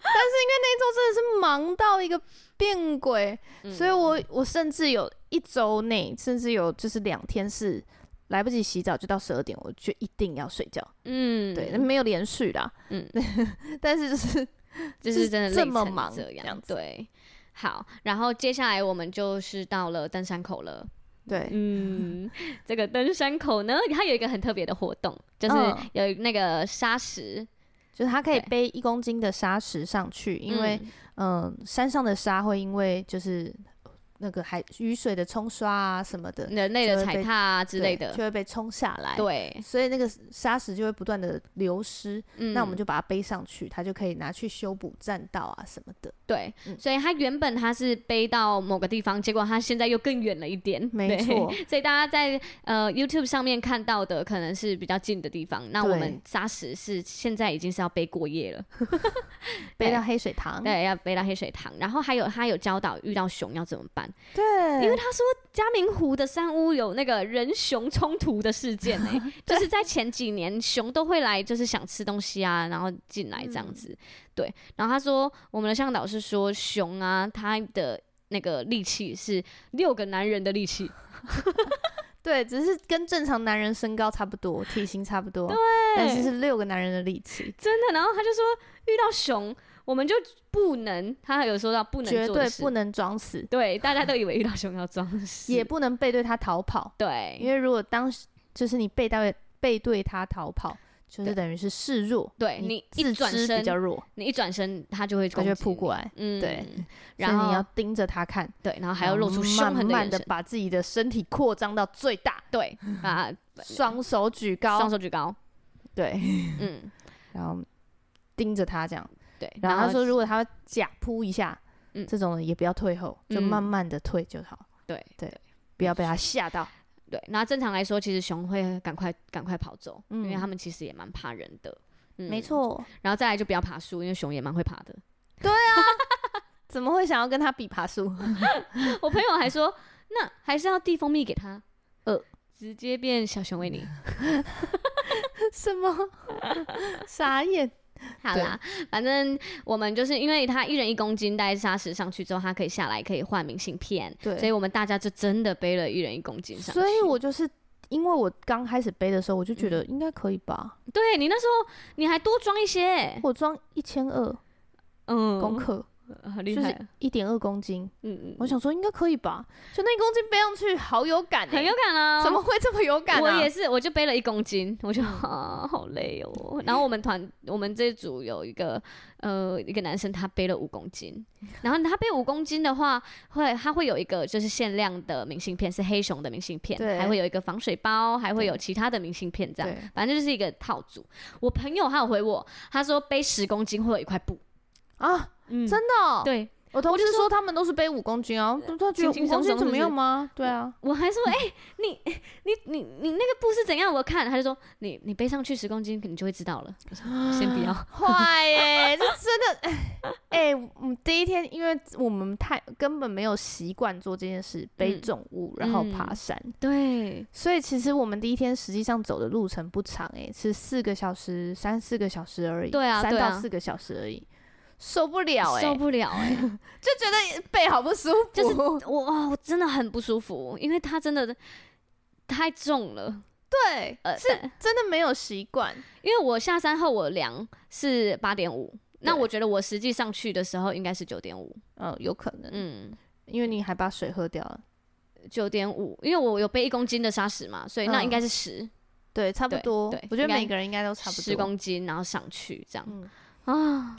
那一周真的是忙到一个变鬼，嗯所以我我甚至有一周内，甚至有就是两天是。来不及洗澡就到十二点，我就一定要睡觉。嗯，对，那没有连续啦，嗯， 但是就是就是真的这累么成忙这这样样，子对。好，然后接下来我们就是到了登山口了。对嗯，这个登山口呢，它有一个很特别的活动，就是嗯有那个砂石，就是他可以对背一公斤的沙石上去，因为嗯嗯、山上的沙会因为就是那个海雨水的冲刷啊什么的人类的踩踏啊嗯之类对的就。会被冲下来。，对，所以那个沙石就会不断的流失，嗯，那我们就把它背上去，它就可以拿去修补栈道啊什么的。对，嗯所以他原本他是背到某个地方，结果他现在又更远了一点，没对错。 所以大家在呃 YouTube 上面看到的可能是比较近的地方，那对我们沙石是现在已经是要背过夜了，背到黑水塘，对，要背到黑水塘。然后还有他有教导遇到熊要怎么办，对，因为他说嘉明湖的山屋有那个人熊冲突的事件 哎、就是在前几年熊都会来，就是想吃东西啊，然后进来这嗯样子。对，然后他说我们的向导是说熊啊，它的那个力气是六个男人的力 气，对，只是跟正常男人身高差不多，体型差不多，对但是是六个男人的力气，真的。然后他就说遇到熊我们就不能，他还有说到不能绝做对的事不能装死，对，大家都以为遇到熊要装死，也不能背对他逃跑，对，因为如果当时就是你背对背对他逃跑，就是对等于是示弱，对你一自转知身比较弱，你一转身他就会他攻就击会你扑过来，嗯，对，然所以后你要盯着他看，对，然后还要露出凶然后狠的慢眼慢的神，把自己的身体扩张到最大，对，把双手举双高，啊手举 高，对，嗯，然后盯着他这样。对，然后他后说，如果他假扑一下，嗯这种也不要退后，就嗯慢慢的退就好，对不要被他吓到。对，那正常来说，其实熊会赶快赶快跑走，因为嗯他们其实也蛮怕人的，嗯 没。错，然后再来就不要爬树，因为熊也蛮会爬的。 怎么会想要跟他比爬树？ 我朋友还说，那还是要递蜂蜜给他，呃，直接变小熊维尼。什么？ 傻眼？ 好啦，反正我们就是因为他一人一公斤带沙石上去之后，他可以下来可以换明信片，对所以我们大家就真的背了一人一公斤上去。嗯所以我就是因为我刚开始背的时候，我就觉得应该可以吧，对你那时候你还多装一些欸，我装一千二嗯，公克，呃很厉就害，是一点二公斤，嗯嗯我想说应该可以吧，就那一公斤背上去好有感、欸，很有感啊，怎么会这么有感、啊？嗯我也是，我就背了一公斤，我就 啊好累哦。然后我们团我们这组有一个呃一个男生，他背了五公斤， 然后他背五公斤的话，会他会有一个就是限量的明信片，是黑熊的明信片对，还会有一个防水包，还会有其他的明信片这样对，反正就是一个套组。我朋友他有回我，他说背十公斤会有一块布，啊，嗯真的哦、对我同我就事说说他们都是背五公斤啊，他觉轻得五轻松公斤松怎是么不样是吗？对啊，我还说，哎、你你你你那个布是怎样？我看，他就说你你背上去十公斤，你就会知道了。我说先不要。坏耶、这真的， 哎、哎，我们第一天，因为我们太根本没有习惯做这件事，背嗯重物然后嗯爬山，对，所以其实我们第一天实际上走的路程不长、哎，是四个小时，三四个小时而已，对啊三对到啊四个小时而已，受不了、哎，受不了哎、就觉得背好不舒服，就是 我哇，我真的很不舒服，因为它真的太重了。对，呃，是但真的没有习惯，因为我下山后我量是八点五，那对我觉得我实际上去的时候应该是九点五，嗯、有可能，嗯，因为你还把水喝掉了。九点五，因为我有背一公斤的砂石嘛，所以那嗯应该是十对，差不对多。对我觉得应该每个人应该都差不多。十公斤，然后上去这样嗯，啊，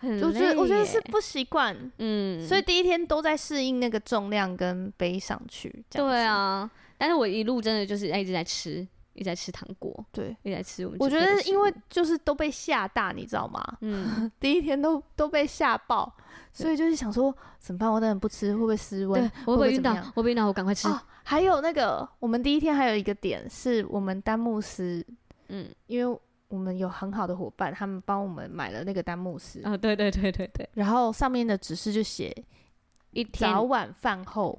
很我觉得我觉得累是耶不习惯，嗯，所以第一天都在适应那个重量跟背上去。这样对子，啊，但是我一路真的就是一直在吃，一直在吃糖果，对。一直在吃我们我准觉备的食物。得因为就是都被吓大，你知道吗？嗯，第一天都都被吓爆，所以就是想说怎么办？我等等不吃会不会失对温？，我会不会会晕怎么倒？样我会不会晕倒，我赶快吃。哦，还有那个我们第一天还有一个点是我们丹木斯，嗯，因为我们有很好的伙伴，他们帮我们买了那个丹木斯，啊，对对对对对，然后上面的指示就写一天早晚饭后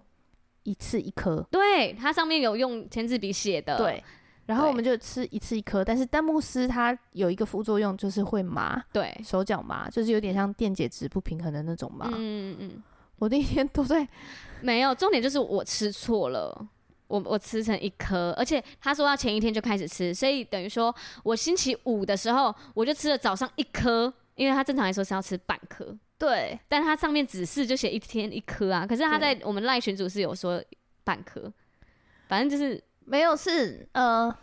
一次一颗，对它上面有用签字笔写的，对。然后我对们就吃一次一颗，但是丹木斯它有一个副作用，就是会麻，对，手脚麻，就是有点像电解质不平衡的那种麻。嗯嗯嗯，我那 天都在，嗯没有，重点就是我吃错了。我我吃成一颗，而且他说要前一天就开始吃，所以等于说我星期五的时候我就吃了早上一颗，因为他正常来说是要吃半颗，对但它上面指示就写一天一颗啊，可是他对在我们赖群组是有说半颗，反正就是没有是呃，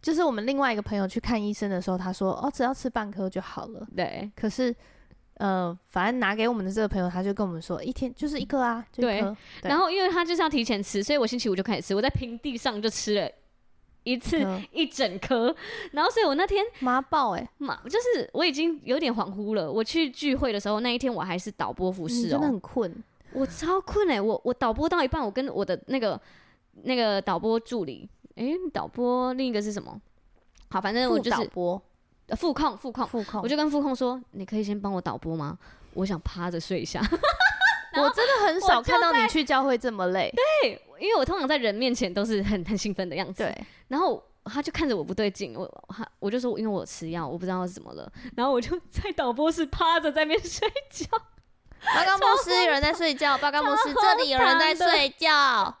就是我们另外一个朋友去看医生的时候，他说哦，只要吃半颗就好了。对，可是呃，反正拿给我们的这个朋友，他就跟我们说，一天就是一颗啊，就一对 颗，对然后因为他就是要提前吃，所以我星期五就开始吃，我在平地上就吃了一次一颗一整颗，然后所以我那天妈呃爆哎、欸，嘛，就是我已经有点恍惚了。我去聚会的时候，那一天我还是导播服你饰嗯真的哦，很困，我超困哎、我我导播到一半，我跟我的那个那个导播助理，诶、导播另一个是什么？好，反正我副就导是播，呃副控副哦控，副 控，我就跟副控说，你可以先帮我导播吗？我想趴着睡一下，我真的很少我就看到你去教会这么累，因为我通常在人面前都是很很兴奋的样子。对，然后他就看着我不对劲，我他我就说因为我吃药，我不知道是怎么了。然后我 就在导播室趴着在那边睡觉，报告牧师，有人在睡觉。报告牧师，超这里有人在荒唐的睡觉。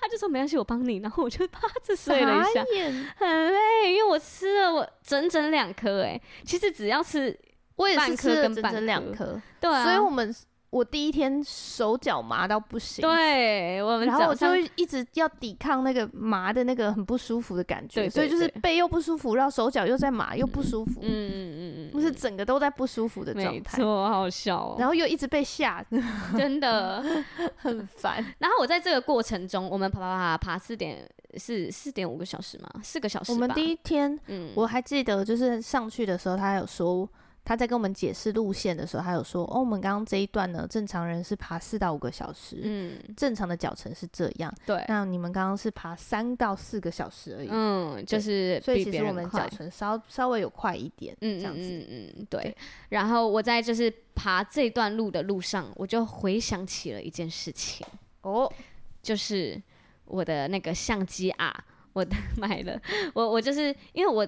他就说没关系，我帮你。然后我就趴着睡了一下傻，眼很累，因为我吃了我整整两颗哎。其实只要吃，我也是半颗吃了跟整半整两颗颗，对啊，所以我们我第一天手脚麻到不行，对我们然后早我就上会一直要抵抗那个麻的那个很不舒服的感觉，对对所以就是对背又不舒服，然后手脚又在麻又不舒服，嗯嗯嗯就嗯是整个都在不舒服的嗯，状没态，错，好笑然哦，后又一直被吓，真的。很烦。然后我在这个过程中，我们爬爬爬爬四点是四点五个小时嘛，四个小时我们吧第一天嗯我还记得，就是上去的时候，他还有说。他在跟我们解释路线的时候，他有说：“哦，我们刚刚这一段呢，正常人是爬四到五个小时，嗯正常的脚程是这样。对那你们刚刚是爬三到四个小时而已，嗯，就是所比以其别实我人们快脚程稍稍微有快一点，嗯这样子。嗯嗯嗯，对。然后我在就是爬这段路的路上，我就回想起了一件事情，哦，就是我的那个相机啊，我的 买了，我我就是因为我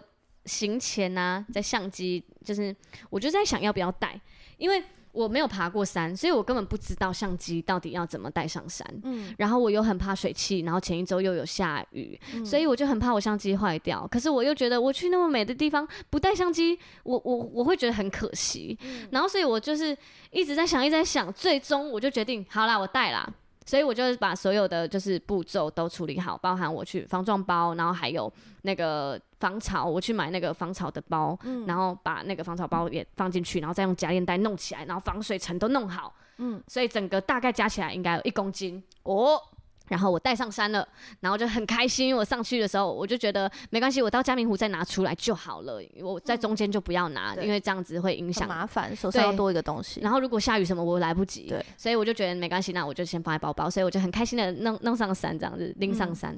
行前呢、在相机就是我就在想要不要带，因为我没有爬过山，所以我根本不知道相机到底要怎么带上山。嗯，然后我又很怕水汽，然后前一周又有下雨，所以我就很怕我相机坏掉。可是我又觉得我去那么美的地方不带相机，我我我会觉得很可惜。然后所以我就是一直在想，一直在想，最终我就决定好啦，我带啦。所以我就是把所有的就是步骤都处理好，包含我去防撞包，然后还有那个防潮，我去买那个防潮的包，然后把那个防潮包也放进去，然后再用夹链袋弄起来，然后防水层都弄好，嗯，所以整个大概加起来应该有一公斤哦。然后我带上山了，然后就很开心。因为我上去的时候，我就觉得没关系，我到嘉明湖再拿出来就好了。我在中间就不要拿，对因为这样子会影很响麻烦，手上要对多一个东西。然后如果下雨什么，我来不及，对，所以我就觉得没关系，那我就先放在包包，所以我就很开心的弄弄上山这样子拎上山。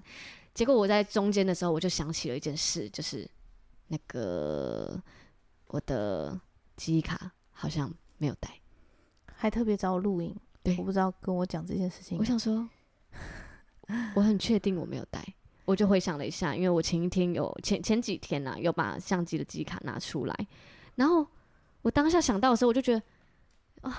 结果我在中间的时候，我就想起了一件事，就是那个我的记忆卡好像没有带，还特别找我录影，对我不知道跟我讲这件事情我。想说，我很确定我没有带。我就回想了一下，因为我前一天有前前几天呐、有把相机的记忆卡拿出来，然后我当下想到的时候，我就觉得啊、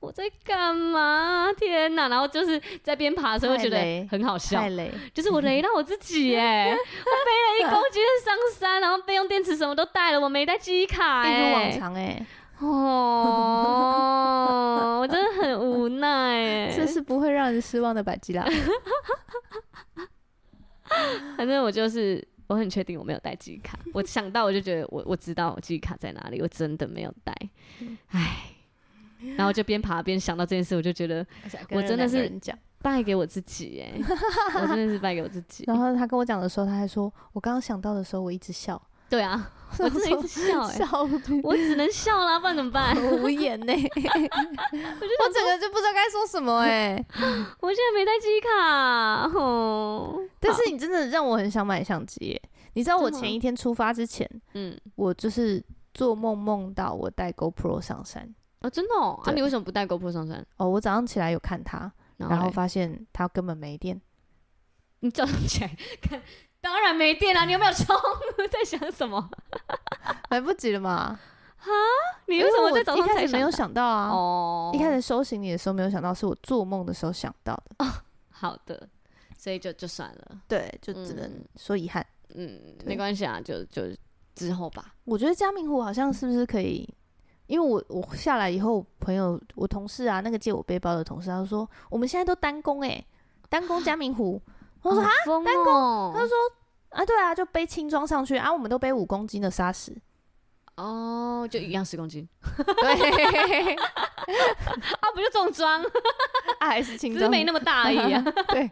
我在干嘛？天哪！然后就是在边爬的时候，太觉得累很好笑太，累，就是我雷到我自己耶、 我背了一公斤的上山，然后备用电池什么都带了，我没带记忆卡一如往哎、常哎、哦，我真的很无 奈哎、这是不会让人失望的百 吉拉。反正我就是我很确定我没有带记忆卡，我想到我就觉得我我知道我记忆卡在哪里，我真的没有带，嗯唉。然后就边爬边想到这件事，我就觉得我真的是跟两个人讲。败给我自己哎、我真的是败给我自己。然后他跟我讲的时候，他还说：“我刚刚想到的时候，我一直笑，对啊，我真的一直笑哎、 笑我只能笑啦，不然怎么 办？我无言 呢、 我整个就不知道该说什么哎、 我现在没带记忆卡，哦吼。但是你真的让我很想买相机耶、你知道我真的吗前一天出发之前，嗯，我就是做梦梦到我带 GoPro 上山。哦，真的哦，啊，对你为什么不带 GoPro 上山？哦，我早上起来有看它，然然后嘞发现它根本没电。你早上起来看，当然没电啦、啊你有没有充？ 在想什么？来不及了嘛？你因为什么我在早上一开才始没有到想到啊？哦，一开始收行李的时候没有想到，是我做梦的时候想到的。好的，所以就就算了，对，就只能嗯说遗憾。嗯，对没关系啊，就就之后吧。我觉得嘉明湖好像是不是可以？因为我我下来以后，朋友我同事啊，那个借我背包的同事，他就说我们现在都单攻哎、单攻嘉明 湖。我说好啊疯哦， 他就说啊，对啊，就背轻装上去啊，我们都背五公斤的砂石。哦，就一样十公斤对， 啊，不就重 装，啊还是轻只装，是没那么大而已 啊。对，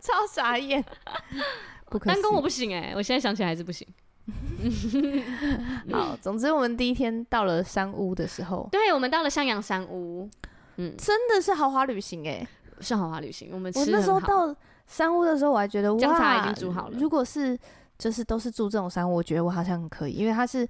超傻 眼， 不可单思弓议我不行哎、我现在想起来还是不 行。 好，总之我们第一天到了山屋的时候，对，我们到了向阳山屋，嗯真的是豪华旅行哎、是豪华旅行，我们吃我那时候很好到山屋的时候，我还觉得哇，姜茶已经煮好了如果是就是都是住这种山屋，我觉得我好像可以，因为它是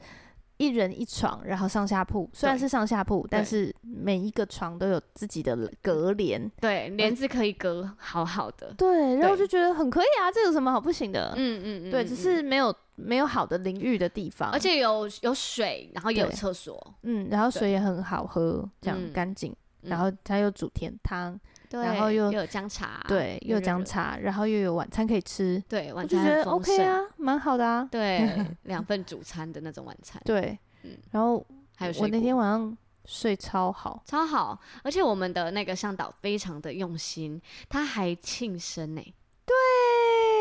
一人一床，然后上下铺，虽然对是上下铺，但是每一个床都有自己的隔帘。对帘子可以隔好好的。对，然后对就觉得很可以啊，这有什么好不行的？嗯嗯嗯，对，嗯嗯只是没有没有好的淋浴的地方，而且有有水，然后也有对厕所，嗯，然后水也很好喝，嗯这样干净。嗯然后它又煮甜汤，对，然后又又有姜茶，对，又有热姜热，茶，然后又有晚餐可以吃，对，我晚就餐觉很得丰 OK 盛，嗯啊，蛮好的啊。 对，两份主餐的那种晚餐，对嗯，然后还有水我那果天晚上睡超好，超好，而且我们的那个向导非常的用心，他还庆生呢、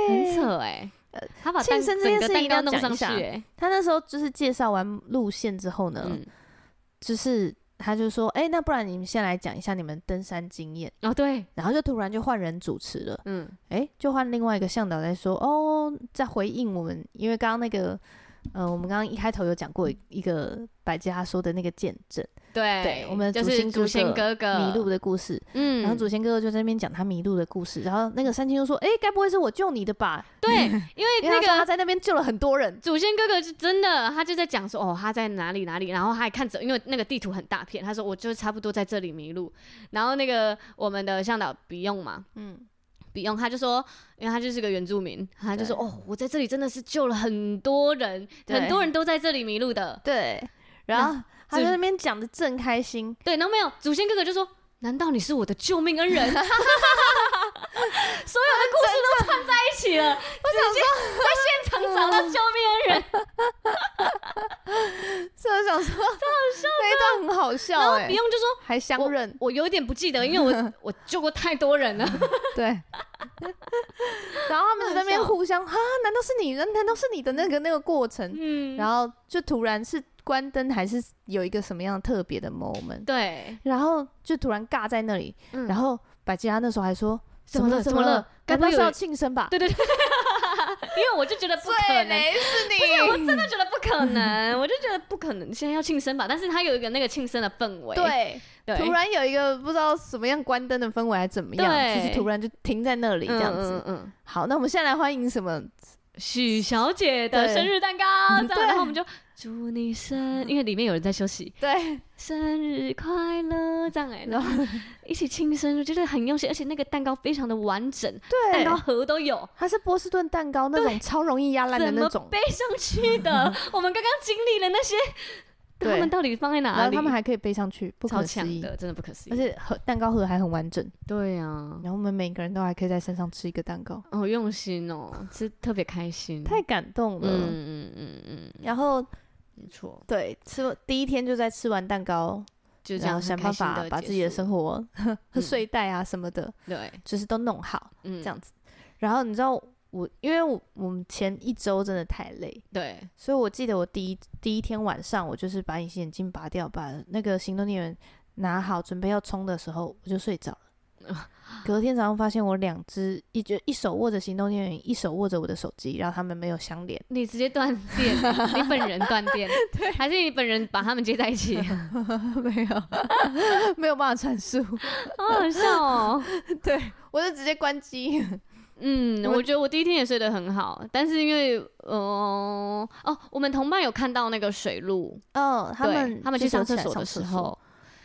很对，扯哎、他把庆蛋生这整件个事蛋一定糕要弄讲上一去下哎、他那时候就是介绍完路线之后呢，嗯，就是他就说，哎、那不然你们先来讲一下你们登山经验，哦对，然后就突然就换人主持了，嗯，哎、就换另外一个向导在说，哦，在回应我们，因为刚刚那个。呃，我们刚刚一开头有讲过嗯一一个百吉他说的那个见证，对，对我们的就祖是先祖哥先哥哥哥迷路，的故事。嗯，然后祖先哥哥就在那边讲他迷路的故事，然后那个三清就说：“哎、该不会是我救你的吧？”对， 因为因为那那个他个。在那边救了很多人，祖先哥哥是真的，他就在讲说，哦，他在哪里哪里，然后他还看着，因为那个地图很大片，他说我就差不多在这里迷路，然后那个我们的向导比用嘛，嗯，比用，他就说，因为他就是个原住民，他就说，对哦，我在这里真的是救了很多人，对很多人都在这里迷路的。对，然后他在那边讲的正开心，对，然后没有祖先哥哥就说，难道你是我的救命恩人？所有 的故事都串在一起 了，我想说，在现场找到救命恩人，所以我想说， 那一段很好然笑后哎、比用就说。还相认，我有点不记得，因为 我我救过太多人了。 对。然后他们就在那边很好笑互相哈，难道是你？难道是你的那个那个过程？ 嗯，然后就突然是关灯，还是有一个什么样特别的 moment？对，然后就突然尬在那里，嗯然后百吉拉那时候还说怎么了怎怎么了了？该该不不会会是有要庆生吧？对对对，因为我就觉得不可能，是啊你，我真的觉得不可能，我就觉得不可能。现在要庆生吧，但是他有一个那个庆生的氛围，对。对，突然有一个不知道什么样关灯的氛围，还怎么对样，就是突然就停在那嗯里这样子。嗯嗯，好，那我们现在来欢迎什么？许小姐的对生日蛋糕，这样，嗯对然后我们就祝你生，因为里面有人在休息，对，生日快乐，这样哎，然然后后一起庆生，我觉得很用心，而且那个蛋糕非常的完整，蛋糕对，盒都有。它是波士顿蛋糕那种超容易压烂的怎那么种，背上去 的？我们刚刚经历了那些，对他们到底放在哪然后里？他们还可以背上去，不超可思强议。的，真的不可思议。而且盒蛋糕盒还很完整，对啊，然后我们每个人都还可以在山上吃一个蛋糕，好用心哦，这特别开心。嗯太感动嗯了。嗯嗯嗯嗯，然后没错，对，吃第一天就在吃完蛋糕，就这然后样想办法把自己的生活 活、嗯睡袋啊什么的，对，就是都弄好。嗯，这样子。然后你知道我，因为我我们前一周真的太累，对，所以我记得我第一第一天晚上，我就是把隐形眼镜拔掉，把那个行动电源拿好，准备要冲的时候，我就睡着 了。隔天早上发现我两只一就一手握着行动电源，一手握着我的手机，然后他们没有相 连。你直接断电，你本人断 电，还是你本人把他们接在一起？好没有，没 有办法阐述，好笑哦。我就直接关机。 嗯，我我觉得我第一天也睡得很好，但是因为，呃，哦，我们同伴有看到那个水路，嗯，他对们他们去上上厕所的时候，，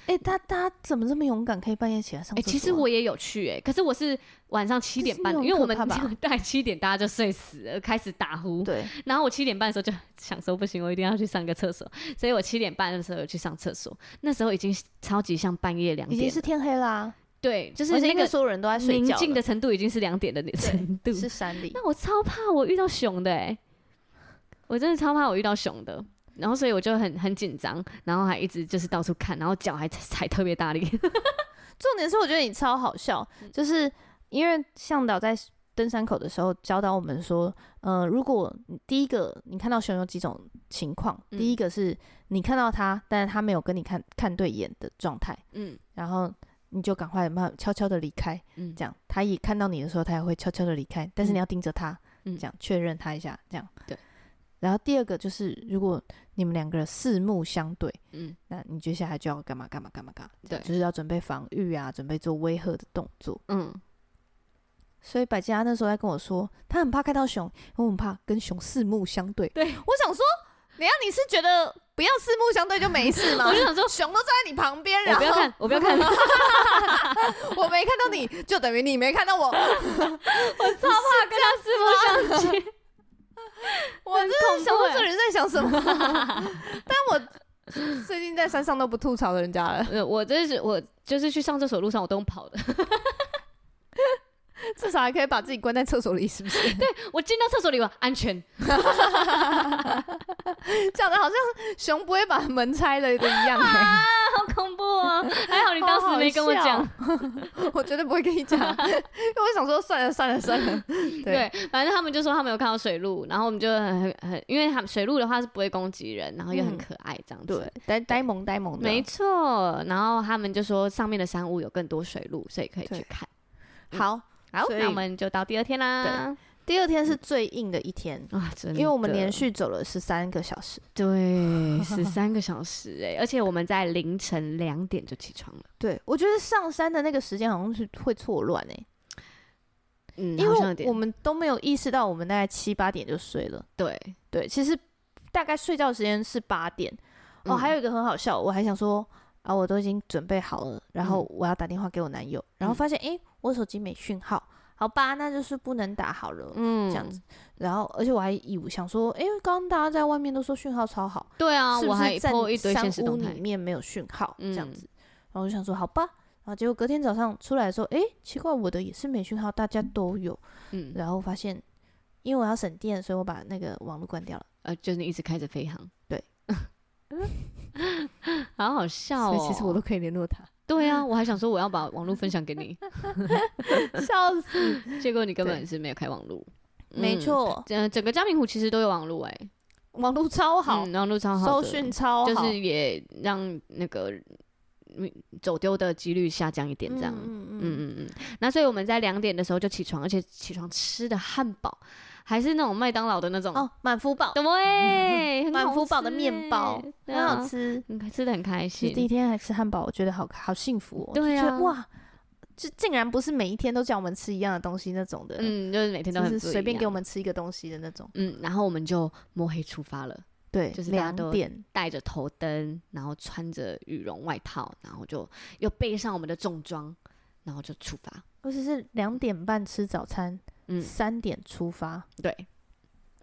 哎、他他怎么这么勇敢，可以半夜起来上哎、厕所啊、其实我也有去、哎，可是我是晚上七点半，这因是为那种我们可怕吧大概七点大家就睡死了，开始打呼，对，然后我七点半的时候就想说不行，我一定要去上个厕所，所以我七点半的时候有去上厕所，那时候已经超级像半夜两已经点是了，天黑啦、对，就是而且那因为个所有人都在睡宁觉静了的程度已经是两点的程度，是山里，那我超怕我遇到熊的哎、我真的超怕我遇到熊的。然后，所以我就很很紧张，然后还一直就是到处看，然后脚还踩特别大力。 重点是我觉得你超好笑，嗯就是因为向导在登山口的时候教导我们说，呃，如果你第一个你看到熊有几种情况。嗯第一个是你看到他，但是他没有跟你看看对眼的状态，嗯然后你就赶快慢悄悄的离开，嗯这样他一看到你的时候，他也会悄悄的离开，但嗯是你要盯着他，嗯这样确认他一下，这样对。然后第二个就是，如果你们两个人四目相对，嗯那你接下来就要干嘛干嘛干嘛干嘛，对就是要准备防御啊，准备做威吓的动作。嗯所以百吉拉那时候在跟我说，他很怕看到熊，我很怕跟熊四目相对。对我想说，等一下你是觉得不要四目相对就没事吗？ 我就想说熊都站在你旁边，然我不后要看，我不要看，我我没看到你，就等于你没看到我。 超怕跟他四目 相接。我真的想说这人在想什么。但我最近在山上都不吐槽人家了，呃我这是我就是去上厕所路上我都用跑的， 至少还可以把自己关在厕所里，是不 是？我进到厕所里我安全，讲的好像熊不会把门拆了的一样、欸。 好恐怖哦！ 还好你当时没跟我讲，哦 我绝对不会跟你讲，因为我想说算了算了算了。对，对，反正他们就说他们有看到水鹿，然后我们就很很很，因为他们水鹿的话是不会攻击人，然后又很嗯可爱这样子。对，呆呆萌呆萌的。没错，然后他们就说上面的山屋有更多水鹿，所以可以对去看。好，好，所以那我们就到第二天啦。第二天是最硬的一天，啊，真的，因为我们连续走了十三个小时。 对十三个小时哎、而且我们在凌晨两点就起床了。对，我觉得上山的那个时间好像是会错乱诶，嗯，因好像有为我点们都没有意识到我们大概七八点就睡了。对对，其实大概睡觉时间是八点。哦，嗯还有一个很好笑，我还想说啊，我都已经准备好了，然后嗯我要打电话给我男友，然后嗯发现诶，我手机没讯号，好吧，那就是不能打好了。嗯这样子。然后，而且我还以为想说，哎、刚刚大家在外面都说讯号超好，对啊，是我不还是在 po 一堆现实山屋动里态，面没有讯号、这样嗯子？然后我就想说，好吧。然后结果隔天早上出来的时候，哎、奇怪，我的也是没讯号，大家都有。嗯，然后发现，因为我要省电，所以我把那个网络关掉了。呃，就是一直开着飞航，对， 好好笑哦。可以联络他， 对啊，我还想说我要把网络分享给你，笑死。结果你根本对是没有开网络。没嗯，错，呃，整个嘉明湖其实都有网络哎，网络超好，嗯网络超好搜的，讯超好，就是也让那个嗯走丢的几率下降一点，这样。嗯嗯嗯嗯，嗯嗯，那所以我们在两点的时候就起床，而且起床吃的汉堡还是那种麦当劳的那种，哦，满福宝，对， 很满好福宝吃的面包欸对很好啊，吃。很吃的很开其实第心。一天还吃汉堡，我觉得好好幸福、哦。对就觉啊得哇，这竟然不是每一天都叫我们吃一样的东西那种的，，嗯，就是每天都就很是不一随便给我样。们吃一个东西的那种。嗯，然后我们就摸黑出发了，对，就是大家两都点，戴着头灯，然后穿着羽绒外套，然后就又背上我们的重装，然后就出发。或者是两点半吃早餐，嗯，三、点出发。对，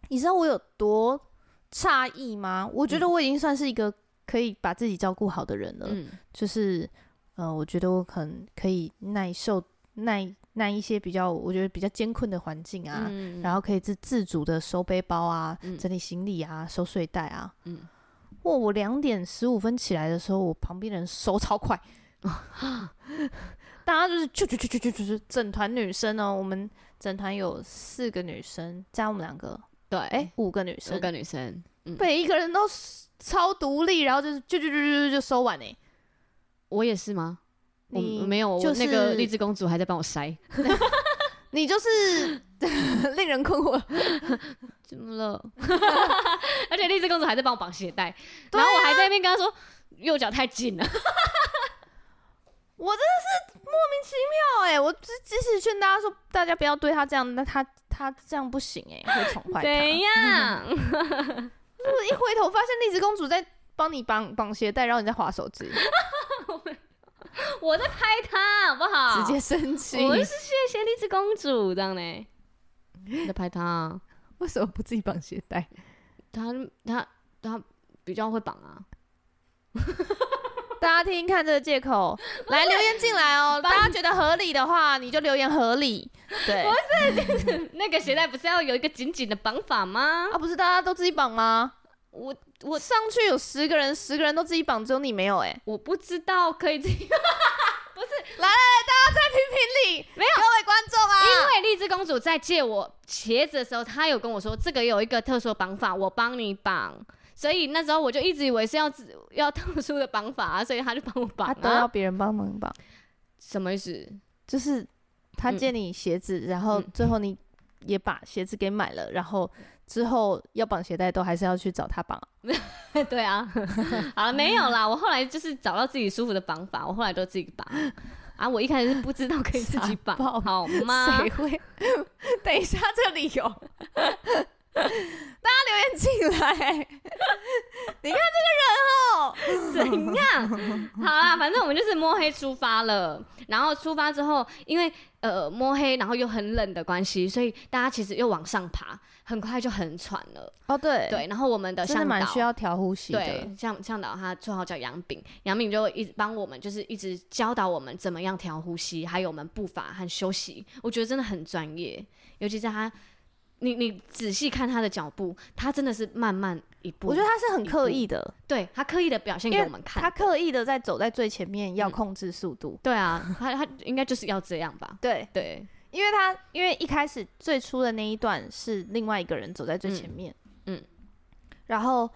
你知道我有多诧异吗？我觉得我已经算是一个可以把自己照顾好的人了，嗯就是呃，我觉得我很可以耐受耐耐一些比较我觉得比较艰困的环境啊，嗯然后可以自自主的收背包啊、嗯整理行李啊、收睡袋啊。嗯哇，我两点十五分起来的时候，我旁边人收超快，大家就是啾啾啾啾啾啾啾，整团女生哦，我们整团有四个女生加我们两个，对，哎、五个女五生，个女生，嗯每一个人都超独立，然后就是啾啾啾啾啾就收完哎、我也是吗？我你没有，就我是那个荔枝公主还在帮我筛，你就是令人困惑， 怎么了？ 而且荔枝公主还在帮我绑鞋带，然后我还在那边跟她说右脚太紧了，我真的是莫名其妙哎、我只只是劝大家说，大家不要对他这样，那他他这样不行哎、会宠坏他。怎样？我一回头发现荔枝公主在帮你绑绑鞋带，然后你在划手机，我在拍她好不好？直接生气。我是谢谢荔枝公主这样呢，你在拍她啊，为什么不自己绑鞋带？她她她比较会绑啊，大家听听看这个借口，来留言进来哦。大家觉得合理的话，你就留言合理。对啊， 那个鞋带不是要有一个紧紧的绑法吗？啊不是大家都自己绑吗？我我上去有十个人，十个人都自己绑，只有你没有哎、我不知道可以这样。评评理，没有各位观众啊， 因为荔枝公主在借我茄子的时候，她有跟我说，这个有一个特殊绑法，我帮你绑，所以那时候我就一直以为是要自要特殊的绑法啊，所以他就帮我绑他都要啊。别人帮忙绑，什么意思？就是他借你鞋子，然后嗯最后你也把鞋子给买了，然后之后要绑鞋带都还是要去找他绑。 对 啊，好了，没有啦。我后来就是找到自己舒服的绑法，我后来都自己绑。啊，我一开始是不知道可以自己绑，傻爆好吗？谁会？等一下，这个理由，大家 留言进来。你看这个人哦，怎样？ 好啦，反正我们就是摸黑出发了。然后出发之后，因为呃摸黑，然后又很冷的关系，所以大家其实又往上爬，很快就很喘了。哦对，对，然后我们的真的向蛮导需要调呼吸的对，，向向导他绰号叫杨炳，杨炳就一直帮我们，就是一直教导我们怎么样调呼吸，还有我们步伐和休息。我觉得真的很专业，尤其在他，你你仔细看他的脚步，他真的是慢慢一步，我觉得他是很刻意的，对他刻意的表现因给为我们看，他刻意的在走在最前面，要嗯控制速度。对啊，他他应该就是要这样吧？对，对，因为他因为一开始最初的那一段是另外一个人走在最前面，嗯嗯然后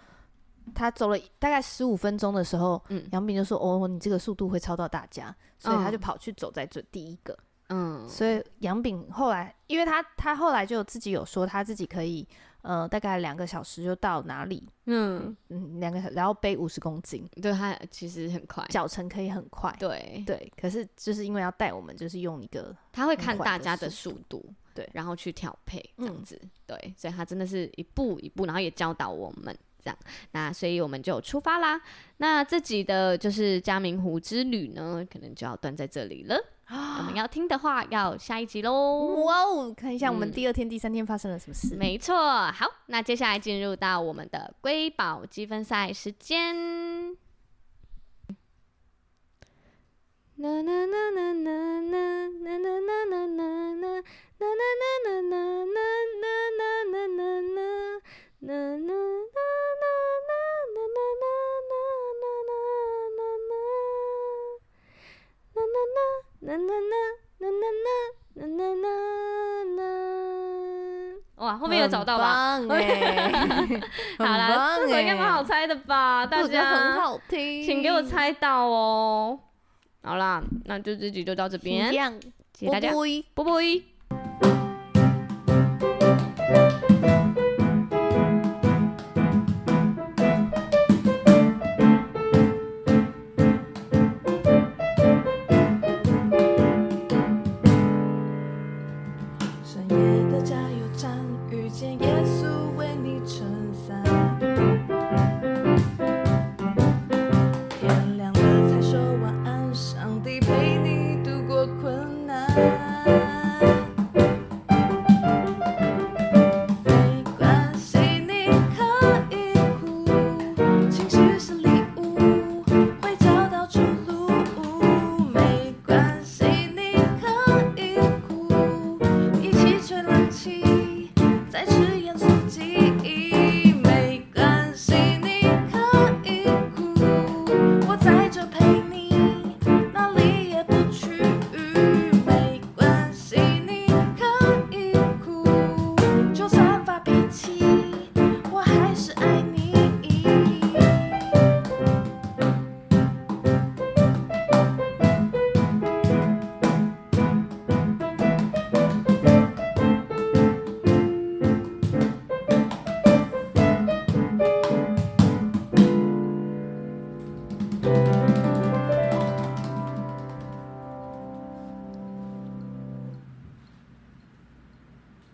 他走了大概十五分钟的时候，嗯杨炳就说：“哦，你这个速度会超到大家。”所以他就嗯跑去走在最第一个。嗯所以杨炳后来，因为他他后来就有自己有说他自己可以，呃，大概两个小时就到哪里，嗯，嗯，两个小然后背五十公斤，对他其实很快，脚程可以很快。对，对，可是就是因为要带我们，就是用一个他会看很缓大的家的速速度，对然后去调配这样嗯子，对，所以他真的是一步一步，然后也教导我们这样。那所以我们就出发啦。那自己的就是嘉明湖之旅呢，可能就要断在这里 了。我们要听的话，要下一集喽。哇哦，看一下我们嗯第二天、第三天发生了什么事。没错，好，那接下来进入到我们的瑰宝积分赛时间。啦啦啦啦啦啦啦啦啦啦啦啦啦啦啦啦啦啦啦啦啦啦啦啦哇，后面有找到吧？很 棒欸好很啦，棒这首应该欸蛮好猜的吧？大我觉得家很，好听，请给我猜到哦。好啦，那就这集就到这一边，样，谢谢大家，拜拜拜拜。